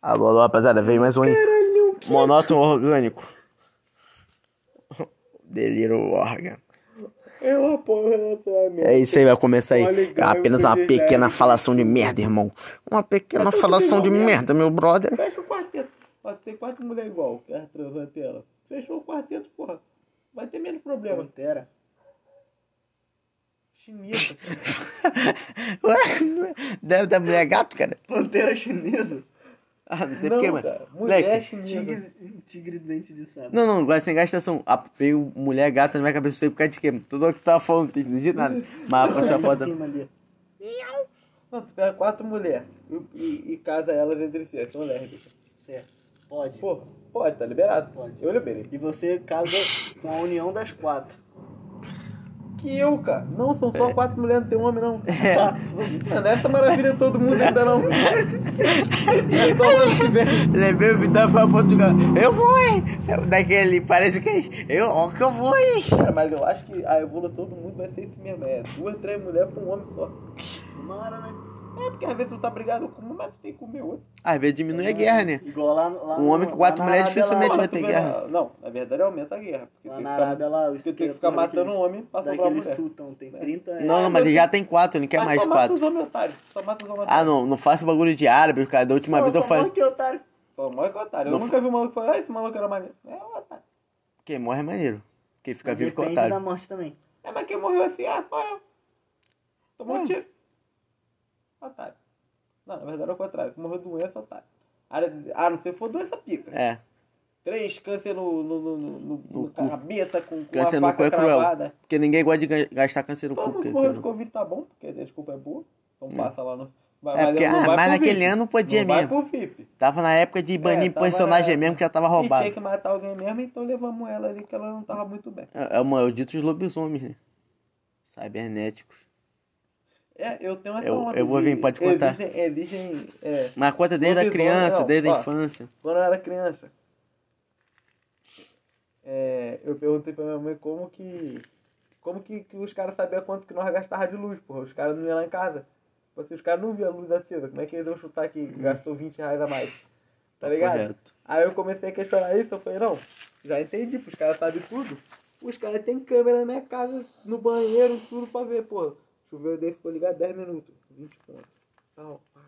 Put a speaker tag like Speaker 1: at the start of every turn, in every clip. Speaker 1: Alô, alô, rapaziada, vem mais um
Speaker 2: Caralho, que
Speaker 1: monótono orgânico. Delírio órgão.
Speaker 2: é uma porra relacionamento.
Speaker 1: É isso aí, vai começar aí.
Speaker 2: Olha,
Speaker 1: É apenas uma
Speaker 2: ganho de
Speaker 1: pequena
Speaker 2: dez.
Speaker 1: falação de merda, irmão. Uma pequena
Speaker 2: Mas tá tudo
Speaker 1: falação de
Speaker 2: igual mesmo.
Speaker 1: merda, meu brother.
Speaker 2: Fecha o quarteto. Pode ter quatro mulheres igual, que elas transam na tela. Fechou o quarteto, porra. Vai ter menos problema. Pantera. Chinesa.
Speaker 1: Ué, não é- Deve dar mulher gato, cara.
Speaker 2: Pantera chinesa?
Speaker 1: Ah, não sei
Speaker 2: Não,
Speaker 1: porquê, mano.
Speaker 2: cara. Mulher
Speaker 1: Moleque.
Speaker 2: chinesa. Tigre, tigre dente de sabre.
Speaker 1: Não, não, agora sem gastação. Ah, veio mulher gata na minha cabeça, isso aí por causa de quê? mano? Tudo o que tava falando, não entendi nada. Mas apareceu a é foto.
Speaker 2: Em cima ali. Não, tu pega é quatro mulheres e, e- e casa elas entre si. São lésbicas.
Speaker 3: Certo. Pode.
Speaker 2: Pô, pode, tá liberado.
Speaker 3: Pode.
Speaker 2: Eu liberei.
Speaker 3: E você casa com a união das quatro.
Speaker 2: Que eu, cara. Não, são só quatro mulheres, não tem homem, não. Tá. Mano, essa maravilha todo mundo ainda não. Eu tô falando que vem.
Speaker 1: Lembrei o Vitor foi a Portugal. Eu vou, hein? Daquele, parece que é. Eu, ó, que eu vou, hein?
Speaker 2: Cara, mas eu acho que a evolução do mundo vai ser isso mesmo. É duas, três mulheres pra um homem só.
Speaker 3: Uma hora, né?
Speaker 2: É porque às vezes tu tá brigado com uma, mas tu tem que comer outra.
Speaker 1: Às vezes diminui a guerra, né?
Speaker 3: Igual lá, lá
Speaker 1: Um homem
Speaker 3: no-
Speaker 1: com quatro
Speaker 3: lá na
Speaker 1: mulheres
Speaker 3: Arábia,
Speaker 1: dificilmente
Speaker 3: lá-
Speaker 1: vai ter
Speaker 2: Tu vê
Speaker 1: guerra.
Speaker 2: na- Não, na verdade aumenta a guerra. Porque
Speaker 3: Lá
Speaker 2: tem
Speaker 3: na
Speaker 2: que ficar-
Speaker 3: Arábia, lá. os
Speaker 2: Você tem que
Speaker 3: criadores
Speaker 2: ficar matando um
Speaker 3: daqueles-
Speaker 2: homem pra sobrar uma
Speaker 3: Daqueles
Speaker 2: mulher.
Speaker 3: sultão, então, tem 30
Speaker 1: Não, não, mas ele já tem quatro, ele não quer
Speaker 2: Mas
Speaker 1: é mais
Speaker 2: só
Speaker 1: de
Speaker 2: mata
Speaker 1: quatro.
Speaker 2: os homens otários. Só mata os homens otários.
Speaker 1: Ah, não, não faço bagulho de árabe, cara. Da última
Speaker 3: Só-
Speaker 1: vez eu
Speaker 3: só
Speaker 1: falei.
Speaker 3: morre que otário.
Speaker 2: Só morre com otário. Eu
Speaker 1: Não
Speaker 2: nunca vi um maluco falar, ah, esse maluco era maneiro. É um otário.
Speaker 1: Quem morre é maneiro. Quem fica vivo com
Speaker 3: Depende
Speaker 1: otário.
Speaker 3: da morte também.
Speaker 2: É, mas quem morreu assim, ah, foi eu. Tomou
Speaker 1: É.
Speaker 2: um tiro. Otário. Não, na verdade é o contrário. Quem morreu doença, otário. Ah, Ah, não sei se for doença pica.
Speaker 1: É.
Speaker 2: Três câncer no, no, no, no- no-
Speaker 1: No
Speaker 2: no
Speaker 1: cu.
Speaker 2: cabeça com, com
Speaker 1: Câncer
Speaker 2: a
Speaker 1: no cu
Speaker 2: faca
Speaker 1: é cruel.
Speaker 2: cravada.
Speaker 1: Porque ninguém gosta de ga- gastar câncer no
Speaker 2: Todo
Speaker 1: cu.
Speaker 2: mundo
Speaker 1: que- Hum.
Speaker 2: morreu de Covid, tá bom, porque a desculpa é boa. Então passa lá no... Vai,
Speaker 1: É porque,
Speaker 2: não
Speaker 1: ah,
Speaker 2: vai
Speaker 1: mas
Speaker 2: pro
Speaker 1: naquele
Speaker 2: VIP.
Speaker 1: ano não podia
Speaker 2: vai
Speaker 1: mesmo.
Speaker 2: pro VIP.
Speaker 1: Tava na época de banir
Speaker 2: É, tava
Speaker 1: personagem
Speaker 2: na-
Speaker 1: mesmo, que já tava
Speaker 2: E
Speaker 1: Tá roubado.
Speaker 2: tinha que matar alguém mesmo, então levamos ela ali, que ela não tava muito bem.
Speaker 1: É, é o maldito dos lobisomens, né? Cybernéticos.
Speaker 2: É, eu tenho essa
Speaker 1: Eu-
Speaker 2: onda
Speaker 1: eu vou
Speaker 2: de-
Speaker 1: vir, pode contar.
Speaker 2: Existem, existem, é,
Speaker 1: Mas conta desde a
Speaker 2: Lobisomem,
Speaker 1: criança,
Speaker 2: não,
Speaker 1: desde a
Speaker 2: ó.
Speaker 1: infância.
Speaker 2: quando eu era criança, é, eu perguntei pra minha mãe como que... Como que, que os caras sabiam quanto que nós gastava de luz, porra? Os caras não iam lá em casa. Tipo assim, os caras não viam a luz acesa. Como é que eles vão chutar que
Speaker 1: Hum.
Speaker 2: gastou 20 reais a mais? Tá ligado?
Speaker 1: Correto.
Speaker 2: Aí eu comecei a questionar isso, eu falei, não, já entendi, pô, os caras sabem tudo. Os caras têm câmera na minha casa, no banheiro, tudo pra ver, pô. Chuveiro dele ficou ligado 10 minutos, 20 pontos. Tal, pá.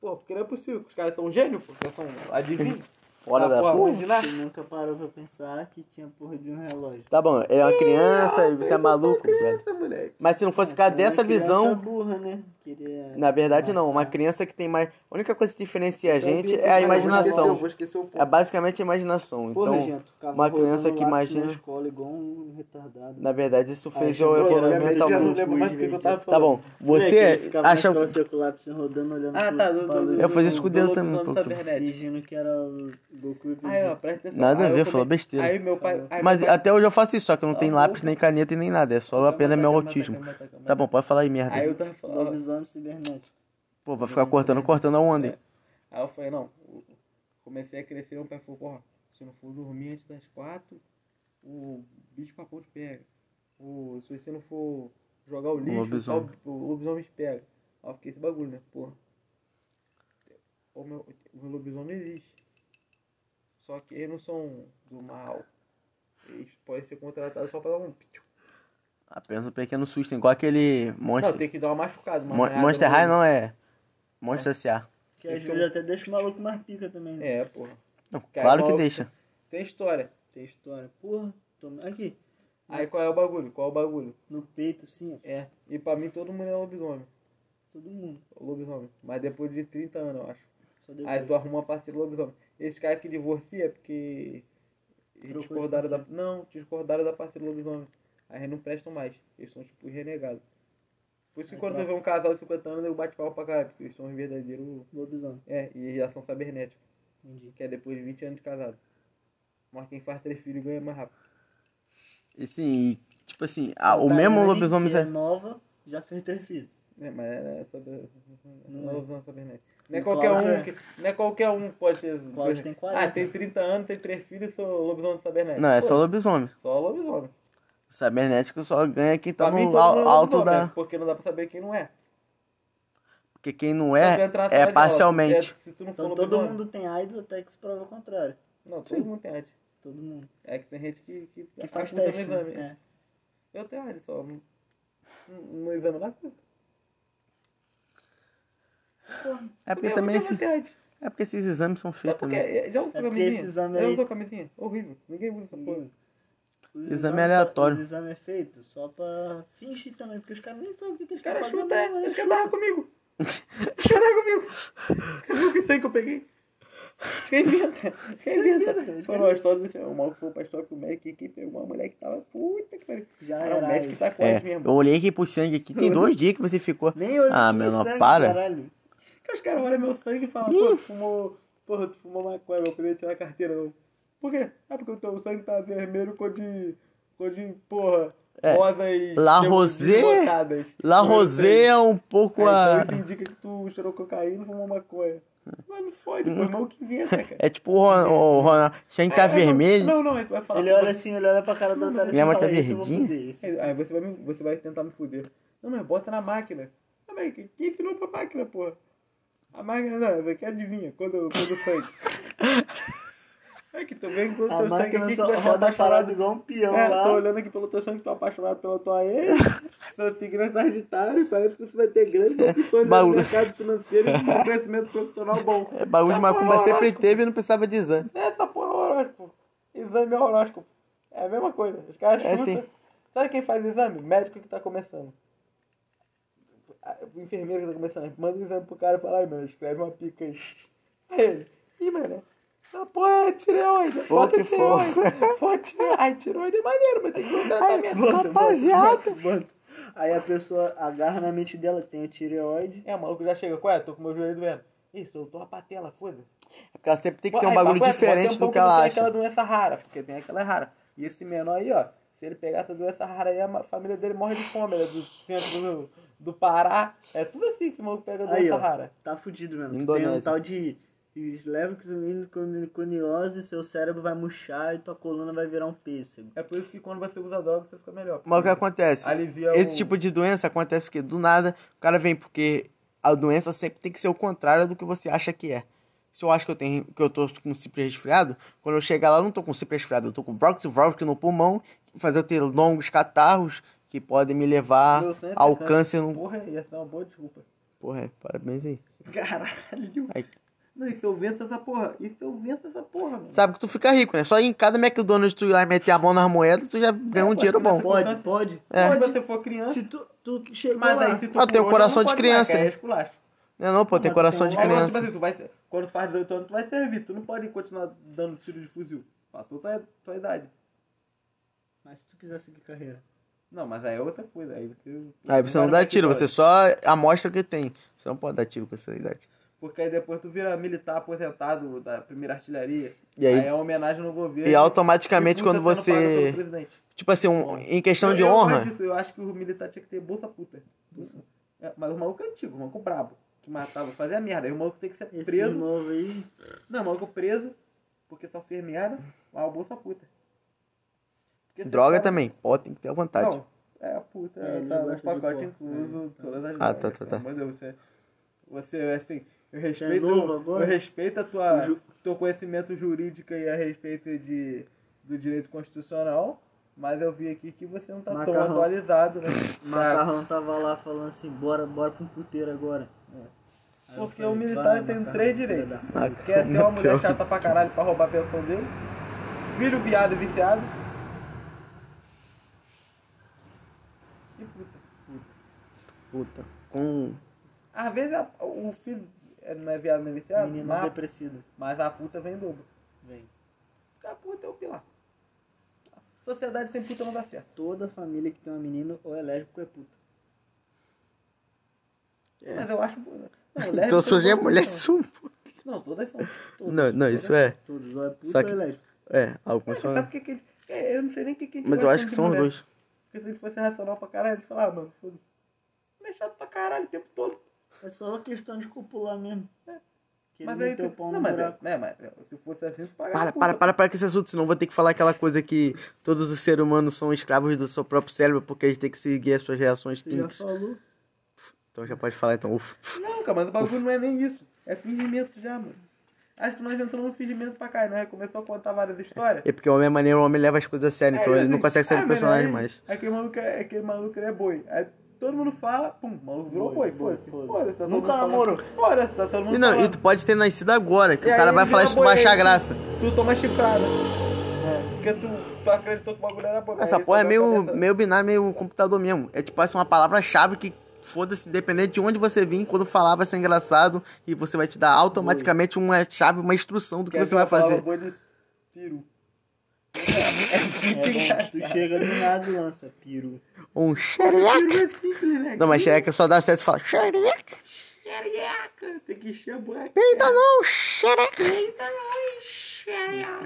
Speaker 2: Pô, porque não é possível, que os caras são gênios, pô, já são adivinhos.
Speaker 1: Fora
Speaker 2: Ah,
Speaker 1: da
Speaker 2: porra,
Speaker 1: porra.
Speaker 2: imaginar.
Speaker 3: Você nunca parou pra pensar que tinha porra de um relógio.
Speaker 1: Tá bom, ele é uma criança e você é maluco, brother.
Speaker 2: Essa mulher.
Speaker 1: Mas se não fosse ficar
Speaker 3: Você era
Speaker 1: dessa
Speaker 3: é criança
Speaker 1: visão,
Speaker 3: burra, né? Queria-
Speaker 1: na verdade não. Uma
Speaker 3: Ah,
Speaker 1: criança que tem mais. A única coisa que diferencia a
Speaker 3: Sabia
Speaker 1: gente
Speaker 3: que
Speaker 1: é a
Speaker 3: eu vou esquecer,
Speaker 1: imaginação.
Speaker 2: Vou esquecer o
Speaker 1: É
Speaker 2: ponto.
Speaker 1: basicamente a imaginação.
Speaker 3: Porra,
Speaker 1: Então,
Speaker 3: gente, ficava
Speaker 1: uma criança
Speaker 3: rodando
Speaker 1: que
Speaker 3: lápis
Speaker 1: imagina-
Speaker 3: Na escola igual um retardado.
Speaker 1: na verdade, isso fez
Speaker 3: chegou
Speaker 1: eu
Speaker 3: a hora,
Speaker 1: evoluir
Speaker 3: realmente, eu já não
Speaker 1: mentalmente.
Speaker 3: lembro mais do que eu tava
Speaker 1: Tá bom,
Speaker 3: É,
Speaker 1: você acha.
Speaker 3: o circular rodando, olhando
Speaker 2: Ah,
Speaker 3: pro-
Speaker 2: tá,
Speaker 3: pra luz.
Speaker 1: Eu fazia isso com o dedo também, pô,
Speaker 2: pô.
Speaker 1: tu-
Speaker 3: Fingindo que era o Goku e o
Speaker 2: Aí, assim, ó,
Speaker 3: Vegeta.
Speaker 2: presta atenção.
Speaker 1: Nada a
Speaker 2: Aí eu
Speaker 1: ver,
Speaker 2: come-
Speaker 1: falou besteira.
Speaker 2: Aí meu pai... aí
Speaker 1: Mas
Speaker 2: meu pai-
Speaker 1: até hoje eu faço isso, só que eu não
Speaker 2: Tá
Speaker 1: tenho
Speaker 2: bom.
Speaker 1: lápis, nem caneta e nem nada. É só apenas meu autismo. Tá bom, pode falar aí, merda.
Speaker 2: né? Aí eu tava falando...
Speaker 3: Lobisomem cibernético.
Speaker 1: Pô, vai ficar cortando, cortando a onda. hein?
Speaker 2: Aí eu falei, não, eu comecei a crescer, meu pai falou, porra, se não for dormir antes das quatro, o bicho papão te pega. O, se você não for jogar o lixo,
Speaker 1: lobisomem.
Speaker 2: tal, o lobisomem te pega. Aí eu fiquei esse bagulho, né? Porra. O meu, o meu lobisomem existe. Só que eles não são do mal. Eles podem ser contratados só pra dar um pitiu.
Speaker 1: Apenas um pequeno susto, igual aquele
Speaker 2: Não,
Speaker 1: Monster.
Speaker 2: tem que dar uma machucada. Uma
Speaker 1: Mon-
Speaker 2: arranhada
Speaker 1: Monster
Speaker 2: no-
Speaker 1: High não é. Monster S.A.
Speaker 3: Que às
Speaker 2: Então-
Speaker 3: vezes até deixa o maluco mais pica também. né?
Speaker 2: É, porra.
Speaker 1: Não,
Speaker 2: Cara,
Speaker 1: claro que
Speaker 2: igual-
Speaker 1: deixa.
Speaker 2: Tem história.
Speaker 3: Tem história. Porra, toma- aqui,
Speaker 2: Aí qual é o bagulho? Qual é o bagulho?
Speaker 3: no peito, assim, ó,
Speaker 2: É. E pra mim todo mundo é lobisomem.
Speaker 3: todo mundo.
Speaker 2: lobisomem. Mas depois de 30 anos, eu acho.
Speaker 3: Só deu
Speaker 2: Aí tu arruma parceiro lobisomem. Esse cara que divorcia é porque. eles
Speaker 3: Trocou de
Speaker 2: discordaram da. Não, discordaram da parceira lobisomem. Aí eles não prestam mais. Eles são tipo renegados. Por isso que
Speaker 3: Aí
Speaker 2: quando tu
Speaker 3: troca.
Speaker 2: vê um casal de 50 anos, eu bate pau pra caralho, porque eles são os verdadeiros.
Speaker 3: Lobisomem, um
Speaker 2: É, e eles já são cibernéticos,
Speaker 3: entendi.
Speaker 2: que é depois de 20 anos de casado. Mas quem faz três filhos ganha mais rápido.
Speaker 1: E sim, e, tipo assim, a- o
Speaker 3: Tá
Speaker 1: mesmo
Speaker 3: grande,
Speaker 1: lobisomem.
Speaker 3: que é
Speaker 1: É...
Speaker 3: nova, já fez três filhos.
Speaker 2: É, mas é sobre...
Speaker 3: Não
Speaker 2: não
Speaker 3: é.
Speaker 2: é lobisomem cibernético. Não é
Speaker 3: O
Speaker 2: qualquer um
Speaker 3: Cláudio
Speaker 2: que. Não é qualquer um que pode ter.
Speaker 3: Cláudio tem 40.
Speaker 2: Ah, tem 30 anos, tem três filhos, sou lobisomem cibernético.
Speaker 1: Não, é
Speaker 2: né? Pô,
Speaker 1: só lobisomem.
Speaker 2: Só lobisomem.
Speaker 1: O cibernético só ganha quem tá
Speaker 2: Pra mim,
Speaker 1: no
Speaker 2: todo
Speaker 1: al-
Speaker 2: mundo é
Speaker 1: alto
Speaker 2: lobisomem,
Speaker 1: da.
Speaker 2: né? Porque não dá pra saber quem não é.
Speaker 1: Porque quem não
Speaker 2: Se tu
Speaker 1: é,
Speaker 2: entrar atrás
Speaker 1: é
Speaker 2: dela,
Speaker 1: parcialmente.
Speaker 2: é se tu- se tu não
Speaker 3: Então
Speaker 2: for
Speaker 3: todo
Speaker 2: lobisomem.
Speaker 3: mundo tem AIDS até que se prova o contrário.
Speaker 2: Não, todo
Speaker 1: Sim.
Speaker 2: mundo tem AIDS.
Speaker 3: Todo mundo.
Speaker 2: É que tem gente que, que,
Speaker 3: Que faz
Speaker 2: acha que não
Speaker 3: teste.
Speaker 2: tem exame.
Speaker 3: né? É.
Speaker 2: Eu tenho AIDS só. No, no exame lá.
Speaker 1: É porque
Speaker 2: eu
Speaker 1: também
Speaker 2: não
Speaker 1: esse-
Speaker 2: vou ter AIDS.
Speaker 1: é porque esses exames são
Speaker 2: É
Speaker 1: feitos,
Speaker 2: porque.
Speaker 1: né?
Speaker 2: é- Já usou
Speaker 3: É porque
Speaker 2: camisinha?
Speaker 3: esse exame
Speaker 2: Já
Speaker 3: aí-
Speaker 2: usou camisinha? Horrível. Ninguém usa essa porra.
Speaker 3: Os
Speaker 1: Exame
Speaker 3: exames só-
Speaker 1: aleatório.
Speaker 3: Os exame é feito só pra fingir também, porque os caras nem sabem o que que
Speaker 2: Os
Speaker 3: eles
Speaker 2: caras
Speaker 3: estão fazendo. né?
Speaker 2: chutam, é.
Speaker 3: mas
Speaker 2: Os caras estavam comigo. Os caras estavam comigo. Viu que sei que eu peguei? Os caras inventam. Os caras inventam. Falou a história assim, ó, o maluco foi pra história com o médico aqui, pegou uma mulher que tava puta que pariu.
Speaker 3: Já
Speaker 2: Era
Speaker 3: era
Speaker 2: o médico que
Speaker 3: AIDS.
Speaker 2: tá com
Speaker 1: É,
Speaker 2: AIDS mesmo.
Speaker 1: eu olhei aqui pro sangue aqui, tem dois dias que você ficou.
Speaker 3: Nem olhei
Speaker 1: Ah,
Speaker 3: pro
Speaker 1: meu, não,
Speaker 3: sangue,
Speaker 1: para.
Speaker 3: Caralho.
Speaker 2: Que os caras olham meu sangue e falam, pô, tu fumou, porra, tu fumou maconha, meu primeiro tirar a carteira, não. Por quê? Ah, porque o teu sangue tá vermelho, cor de, cor de, porra,
Speaker 1: É.
Speaker 2: rosa e...
Speaker 1: La
Speaker 2: cheiros
Speaker 1: Rosé-
Speaker 2: desbotadas.
Speaker 1: La
Speaker 2: Dois,
Speaker 1: Rosé
Speaker 2: três.
Speaker 1: é um
Speaker 2: É,
Speaker 1: pouco
Speaker 2: então
Speaker 1: a.
Speaker 2: isso indica que tu cheirou cocaína e fumou maconha. Mas não fode, pô, irmão, que inventa, cara.
Speaker 1: É tipo o Ron- o Ronaldo. Xande tá
Speaker 2: É, não,
Speaker 1: vermelho.
Speaker 2: Não, não, aí tu vai falar...
Speaker 3: Ele olha assim, ele olha pra cara do otário
Speaker 1: Minha
Speaker 3: assim,
Speaker 1: mãe tá
Speaker 3: fala, "Esse eu vou
Speaker 1: verdinha?"
Speaker 3: fuder, esse
Speaker 2: Aí você vai, me- você vai tentar me fuder. Não, mas bota na máquina. Não, mas quem quem ensinou pra máquina, porra? A máquina, não, você quer adivinha quando, quando sangue. É que tô vendo pelo teu
Speaker 3: A
Speaker 2: sangue
Speaker 3: máquina
Speaker 2: aqui
Speaker 3: só
Speaker 2: que você é
Speaker 3: roda parado
Speaker 2: apaixonado.
Speaker 3: igual um peão
Speaker 2: É,
Speaker 3: lá.
Speaker 2: tô olhando aqui pelo teu sangue, tô apaixonado pela tua ex. Seu signo é sagitário, parece que você vai ter grandes
Speaker 1: É,
Speaker 2: opções no
Speaker 1: bagulho-
Speaker 2: mercado financeiro e um crescimento profissional bom.
Speaker 1: É bagulho de
Speaker 2: Tá bom,
Speaker 1: macumba sempre
Speaker 2: horóscopo.
Speaker 1: teve e não precisava de exame.
Speaker 2: É, Essa porra é horóscopo. Exame é horóscopo. É a mesma coisa. Os caras
Speaker 1: É,
Speaker 2: chutam.
Speaker 1: sim.
Speaker 2: Sabe quem faz exame? Médico que tá começando. Ah, O enfermeiro que tá começando. Manda o exame pro cara e fala, ai, mano, escreve uma pica aí. Aí ele, ih, mano, essa porra é tireoide.
Speaker 1: Pô,
Speaker 2: Foto
Speaker 1: que
Speaker 2: é tireoide. Foto é tireoide. Ai, tireoide é maneiro, mas tem que ter um tratamento.
Speaker 3: Bota,
Speaker 1: Rapaziada.
Speaker 3: bota, bota. Aí a pessoa agarra na mente dela, tem o tireoide.
Speaker 2: É, o maluco já chega, qual é? Tô com meu joelho doendo. Ih, soltou a patela, foda-se.
Speaker 1: É porque ela sempre tem que ter
Speaker 2: Aí,
Speaker 1: um bagulho
Speaker 2: papai,
Speaker 1: diferente
Speaker 2: bota um
Speaker 1: do que
Speaker 2: pouco
Speaker 1: ela
Speaker 2: daquela
Speaker 1: acha.
Speaker 2: doença rara, porque tem aquela é rara. E esse menor aí, ó, se ele pegar essa doença rara aí, a ma- família dele morre de fome. Ele é do centro do, do Pará. É tudo assim que o maluco pega doença
Speaker 3: Aí, ó.
Speaker 2: rara.
Speaker 3: Tá fudido mesmo. Tu
Speaker 1: Indonésia.
Speaker 3: Tem um tal de levoxilaminiconilose, seu cérebro vai murchar e tua coluna vai virar um pêssego.
Speaker 2: É por isso que quando você usa droga, você fica melhor.
Speaker 1: Mas o que é acontece?
Speaker 2: Alivia
Speaker 1: Esse
Speaker 2: o-
Speaker 1: tipo de doença acontece porque do nada o cara vem porque a doença sempre tem que ser o contrário do que você acha que é. Se eu acho que eu tenho que eu tô com cipre resfriado, quando eu chegar lá eu não tô com cipre resfriado, eu tô com bronquitis bronquitis no pulmão, que faz eu ter longos catarros que podem me levar
Speaker 2: Meu sangue
Speaker 1: ao
Speaker 2: tá
Speaker 1: câncer. No...
Speaker 2: Porra, ia ser uma boa desculpa.
Speaker 1: Porra, é, parabéns aí.
Speaker 2: Caralho.
Speaker 1: Aí-
Speaker 2: Não, e se eu venço essa porra? E se eu venço essa porra, mano?
Speaker 1: Sabe que tu fica rico, né? Só em cada McDonald's tu ir lá e meter a mão nas moedas, tu já ganha um
Speaker 2: É, pode
Speaker 1: dinheiro bom.
Speaker 2: começar
Speaker 3: Pode, pode.
Speaker 1: É.
Speaker 2: Quando você for criança...
Speaker 3: Se tu, tu chegou
Speaker 2: Mas
Speaker 3: lá.
Speaker 2: aí, se tu
Speaker 1: Ah, tem o
Speaker 2: curou,
Speaker 1: coração
Speaker 2: não
Speaker 1: de
Speaker 2: pode
Speaker 1: criança,
Speaker 2: mais, cara,
Speaker 1: né?
Speaker 2: é esculacho.
Speaker 1: Não, é não, pô, tem
Speaker 3: Mas
Speaker 1: coração
Speaker 3: tem
Speaker 1: de
Speaker 2: Agora, tipo
Speaker 1: criança.
Speaker 2: assim, tu vai ser- quando tu faz 18 anos, tu vai servir. Tu não pode continuar dando tiro de fuzil. Passou tua, tua idade.
Speaker 3: Mas se tu quiser seguir carreira.
Speaker 2: Não, mas aí é outra coisa. Aí você,
Speaker 1: Aí você não
Speaker 2: vai
Speaker 1: dá
Speaker 2: no
Speaker 1: tiro, você
Speaker 2: escritório.
Speaker 1: só amostra o que tem. Você não pode dar tiro com essa idade.
Speaker 2: Porque aí depois tu vira militar aposentado da primeira artilharia.
Speaker 1: E aí-
Speaker 2: é homenagem no governo.
Speaker 1: E automaticamente
Speaker 2: E
Speaker 1: quando
Speaker 2: puta sendo paga pelo
Speaker 1: você.
Speaker 2: presidente.
Speaker 1: Tipo assim, um- em questão
Speaker 2: Eu-
Speaker 1: de
Speaker 2: eu
Speaker 1: honra.
Speaker 2: acho isso, Eu acho que o militar tinha que ter bolsa puta. Bolsa. É, mas o maluco é antigo, o maluco brabo. Que matava, fazia merda. Aí o maluco tem que ser
Speaker 3: Esse
Speaker 2: preso.
Speaker 3: novo aí.
Speaker 2: Não, maluco preso, porque só fez merda, mas o bolsa puta. Porque você
Speaker 1: Droga
Speaker 2: sabe-
Speaker 1: também. Pó tem que ter à vontade.
Speaker 2: Não, é a puta,
Speaker 3: É, ele
Speaker 2: tá
Speaker 3: gosta
Speaker 2: no
Speaker 3: de É,
Speaker 2: pacote
Speaker 3: pó.
Speaker 2: incluso, todas as
Speaker 1: Ah,
Speaker 2: drogas,
Speaker 1: tá, tá, tá.
Speaker 2: pelo amor de Deus, você, você, assim, eu respeito,
Speaker 3: é novo agora?
Speaker 2: eu respeito a tua,
Speaker 3: O ju-
Speaker 2: teu conhecimento jurídico e a respeito de, do direito constitucional, mas eu vi aqui que você não tá tão
Speaker 3: Macarrão.
Speaker 2: atualizado, né?
Speaker 3: O macarrão tava lá falando assim, bora, bora pra um puteiro agora. É. Aí eu
Speaker 2: Porque
Speaker 3: falei,
Speaker 2: o militar
Speaker 3: "Vai,
Speaker 2: tem
Speaker 3: Macarrão,
Speaker 2: três
Speaker 3: filha
Speaker 2: direitos.
Speaker 3: da
Speaker 1: Ah,
Speaker 2: Quer ter uma mulher
Speaker 1: pior.
Speaker 2: chata pra caralho pra roubar a pensão dele, filho viado e viciado, e puta.
Speaker 1: Puta. Com.
Speaker 2: Às vezes a- o filho é- não é viado nem viciado,
Speaker 3: Menino
Speaker 2: mas,
Speaker 3: depressivo.
Speaker 2: mas a puta vem em dobro.
Speaker 3: Vem.
Speaker 2: Porque a puta é o pilar. Sociedade sem puta não dá um certo.
Speaker 3: Toda família que tem uma menina ou é lésbico ou é puta.
Speaker 1: É.
Speaker 2: Mas eu acho. Não, lésbica
Speaker 1: Então surgiu a
Speaker 2: todas
Speaker 1: mulher
Speaker 2: são.
Speaker 1: sum.
Speaker 2: Não, todas são. Todas,
Speaker 1: Não, não,
Speaker 2: todas.
Speaker 1: isso é.
Speaker 3: Todos, ou é puta
Speaker 1: Só que-
Speaker 3: ou é lésbico.
Speaker 1: É,
Speaker 2: É,
Speaker 1: alguns são.
Speaker 2: sabe o que que a gente- é, eu não sei nem o que, que a gente
Speaker 1: Mas eu
Speaker 2: gosta
Speaker 1: acho que
Speaker 2: de
Speaker 1: são os
Speaker 2: mulher.
Speaker 1: dois.
Speaker 2: Porque se a gente fosse racional pra caralho, a gente falava, ah, mano, foda-se. Não é chato pra caralho o tempo todo.
Speaker 3: É só uma questão de copular mesmo. Que
Speaker 2: mas
Speaker 3: ele
Speaker 2: aí.
Speaker 3: meteu o
Speaker 2: tu-
Speaker 3: pau
Speaker 2: não,
Speaker 3: no
Speaker 2: mas,
Speaker 3: buraco.
Speaker 2: é, mas é, se fosse assim, tu
Speaker 1: Para,
Speaker 2: pagava. a
Speaker 1: para,
Speaker 2: conta.
Speaker 1: para, para com esse assunto, senão eu vou ter que falar aquela coisa que todos os seres humanos são escravos do seu próprio cérebro porque eles têm que seguir as suas reações
Speaker 3: é, Você já
Speaker 1: químicas.
Speaker 3: falou.
Speaker 1: Então já pode falar então. Ufa.
Speaker 2: Não, cara, mas o bagulho não é nem isso. É fingimento já, mano. Acho que nós entramos no fingimento pra caralho. Nós começou a contar várias histórias.
Speaker 1: É porque o homem é maneiro, o homem leva as coisas a sério, então
Speaker 2: Aí,
Speaker 1: ele não
Speaker 2: assim,
Speaker 1: consegue sair
Speaker 2: ah,
Speaker 1: do
Speaker 2: mano,
Speaker 1: personagem
Speaker 2: aí
Speaker 1: mais.
Speaker 2: Aquele maluco, é- aquele maluco ele é boi. Aí todo mundo fala, pum, o maluco virou boi.
Speaker 3: Boi,
Speaker 2: Foda-se.
Speaker 3: boi,
Speaker 2: Foda-se. tá todo
Speaker 3: Nunca
Speaker 2: mundo falando.
Speaker 3: namorou.
Speaker 2: Foda-se, tá todo mundo
Speaker 1: E não, e
Speaker 2: falando.
Speaker 1: tu pode ter nascido agora, que
Speaker 2: E
Speaker 1: o
Speaker 2: aí
Speaker 1: cara vai
Speaker 2: ele
Speaker 1: falar
Speaker 2: vira
Speaker 1: isso, tu vai
Speaker 2: boi,
Speaker 1: achar
Speaker 2: aí tu-
Speaker 1: graça.
Speaker 2: Tu toma chifrada. É, Porque tu, tu acreditou que o bagulho era boi. mas
Speaker 1: Essa
Speaker 2: aí
Speaker 1: porra é
Speaker 2: só
Speaker 1: meio,
Speaker 2: cabeça-
Speaker 1: meio binário, meio computador mesmo. É tipo assim, uma palavra-chave que, foda-se, independente de onde você vir, quando falar vai ser engraçado e você vai te dar automaticamente uma chave, uma instrução do que é
Speaker 2: Quer
Speaker 1: você
Speaker 2: ver
Speaker 1: vai
Speaker 2: a palavra
Speaker 1: fazer.
Speaker 2: Boi diz, peru.
Speaker 3: É bom, tu chega do nada e lança peru.
Speaker 1: Um xereca.
Speaker 2: Peru é simples, né?
Speaker 1: Não, mas xereca só dá certo e fala xereca.
Speaker 2: Xereca, tem que encher a boca.
Speaker 1: Peida não, xereca.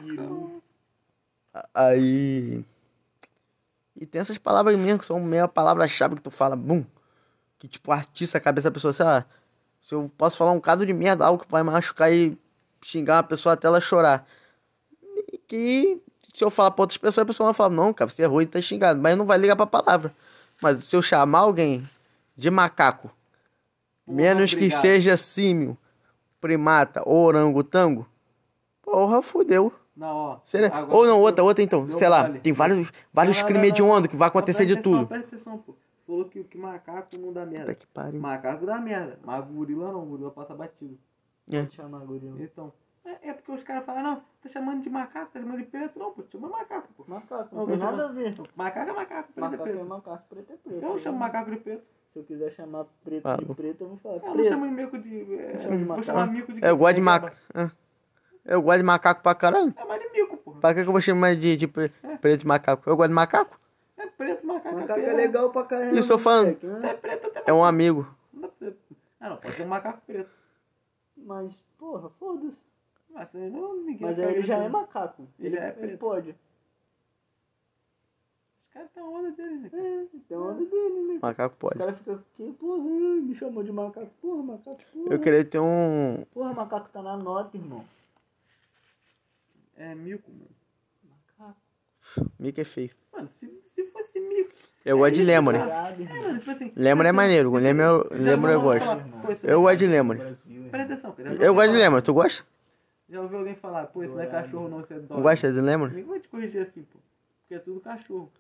Speaker 3: Peru.
Speaker 1: Aí. E tem essas palavras mesmo, que são meio a palavra-chave que tu fala, bum. Que tipo, artista a cabeça da pessoa, sei lá. Se eu posso falar um caso de merda, algo que vai machucar e xingar uma pessoa até ela chorar. E que se eu falar pra outras pessoas, a pessoa vai falar, não, cara, você errou e tá xingado. Mas não vai ligar pra palavra. Mas se eu chamar alguém de macaco,
Speaker 2: Porra,
Speaker 1: menos que
Speaker 2: obrigado.
Speaker 1: seja símio, primata ou orangotango, porra, fudeu.
Speaker 2: Não, ó.
Speaker 1: Será?
Speaker 2: Ah, Agora-
Speaker 1: Ou não, outra, outra então,
Speaker 2: Deu
Speaker 1: sei lá,
Speaker 2: mole.
Speaker 1: tem vários, vários
Speaker 2: Não, não,
Speaker 1: crimes
Speaker 2: não, Tá
Speaker 1: de
Speaker 2: não.
Speaker 1: onda que vai acontecer de
Speaker 2: Mas presta atenção,
Speaker 1: tudo. Tá
Speaker 2: Presta atenção, pô. Falou que, que macaco não dá merda.
Speaker 1: Puta que pariu.
Speaker 2: Macaco dá merda. Mas gorila não, gorila passa batido.
Speaker 1: É.
Speaker 3: Te chamar gorila.
Speaker 2: Então. É, é porque os caras falam, não, tá chamando de macaco, tá chamando de preto, não, pô, chama macaco, pô.
Speaker 3: Macaco,
Speaker 2: Não,
Speaker 3: não tem
Speaker 2: vou chamar-
Speaker 3: nada a ver.
Speaker 2: Macaco é macaco, preto
Speaker 3: Macaco
Speaker 2: é
Speaker 3: é
Speaker 2: preto.
Speaker 3: macaco, preto é preto.
Speaker 2: Eu não chamo macaco de preto.
Speaker 3: Se eu quiser chamar preto
Speaker 1: Falou.
Speaker 3: de preto, eu vou falar
Speaker 2: Eu não
Speaker 3: preto.
Speaker 2: chamo mico de. é,
Speaker 3: Chama de
Speaker 2: vou
Speaker 3: macaco.
Speaker 2: chamar mico de.
Speaker 1: É, Eu gosto de
Speaker 2: goiaba.
Speaker 1: macaco. Eu gosto de macaco pra caralho.
Speaker 2: É mais de mico, pô.
Speaker 1: Pra que que eu vou chamar de, de pre- preto de macaco? Eu gosto de macaco.
Speaker 2: É preto, macaco,
Speaker 3: Macaco é
Speaker 2: preto.
Speaker 3: legal pra caramba.
Speaker 1: Isso eu falando.
Speaker 3: moleque, né?
Speaker 2: É preto até
Speaker 1: É um amigo.
Speaker 2: Não dá pra ser- Ah, não, pode ser um macaco preto.
Speaker 3: Mas, porra, foda-se.
Speaker 2: Mas aí não, ninguém
Speaker 3: Mas
Speaker 2: fica
Speaker 3: aí ele já é
Speaker 2: gritando.
Speaker 3: macaco.
Speaker 2: Ele
Speaker 3: Ele,
Speaker 2: já é
Speaker 3: ele
Speaker 2: preto.
Speaker 3: pode.
Speaker 2: Os caras tão onda dele, né? cara?
Speaker 3: É, tem uma onda dele, né?
Speaker 1: Macaco
Speaker 3: O
Speaker 1: pode.
Speaker 3: cara fica aqui, porra, ai, me chamou de macaco. Porra, macaco, porra.
Speaker 1: Eu queria ter um.
Speaker 3: Porra, macaco tá na nota, irmão.
Speaker 2: É mico, mano.
Speaker 3: Macaco.
Speaker 1: Mico é feio.
Speaker 2: Mano, se, se fosse mico.
Speaker 1: Eu gosto de
Speaker 2: isso,
Speaker 1: lemur.
Speaker 2: cara.
Speaker 3: Obrigado,
Speaker 2: É,
Speaker 3: irmão.
Speaker 2: mano, tipo assim.
Speaker 1: Lemur é maneiro. Lemur, lemur eu gosto. Eu gosto de lemur.
Speaker 3: Brasil, irmão.
Speaker 2: é Presta atenção, cara.
Speaker 1: Eu gosto de lemur. Tu gosta?
Speaker 2: Já ouviu alguém falar, pô, isso não é
Speaker 3: Dourado.
Speaker 2: cachorro, não, isso é dog.
Speaker 1: Não gosta de lemur?
Speaker 2: Ninguém vai te corrigir assim, pô. Porque é tudo cachorro.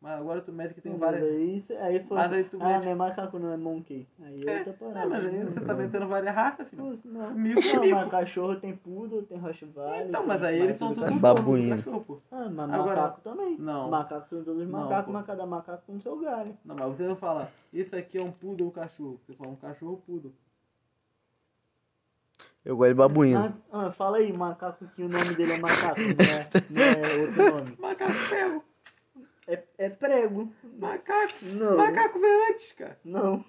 Speaker 2: Mas agora tu mede que tem
Speaker 3: Mas
Speaker 2: várias.
Speaker 3: Aí, cê- aí foi.
Speaker 2: Mas aí tu
Speaker 3: ah,
Speaker 2: mete-
Speaker 3: não é macaco, não, é monkey. Aí
Speaker 2: É,
Speaker 3: é outra
Speaker 2: Ah,
Speaker 3: parada.
Speaker 2: mas aí você tá metendo várias raças, filho.
Speaker 3: Pô, Não,
Speaker 2: Mico é
Speaker 3: não
Speaker 2: mico.
Speaker 3: mas cachorro tem poodle, tem rottweiler.
Speaker 2: Então,
Speaker 3: tem
Speaker 2: mas aí
Speaker 3: mais
Speaker 2: eles são
Speaker 3: tudo
Speaker 2: todos
Speaker 3: cachorro.
Speaker 1: Babuíno.
Speaker 2: cachorro, pô.
Speaker 3: Ah, mas
Speaker 2: Agora-
Speaker 3: macaco também.
Speaker 2: Não.
Speaker 3: Macaco são todos
Speaker 2: Não,
Speaker 3: macacos,
Speaker 2: pô.
Speaker 3: mas cada macaco com seu galho.
Speaker 2: Não, mas você não fala, isso aqui é um poodle ou cachorro. Você fala um cachorro poodle.
Speaker 1: Eu gosto de babuíno.
Speaker 3: Ah, ah, fala aí, macaco, que o nome dele é macaco, não é, não é outro nome.
Speaker 2: Macaco prego.
Speaker 3: É, é prego.
Speaker 2: Macaco.
Speaker 3: Não.
Speaker 2: Macaco vem antes, cara.
Speaker 3: Não.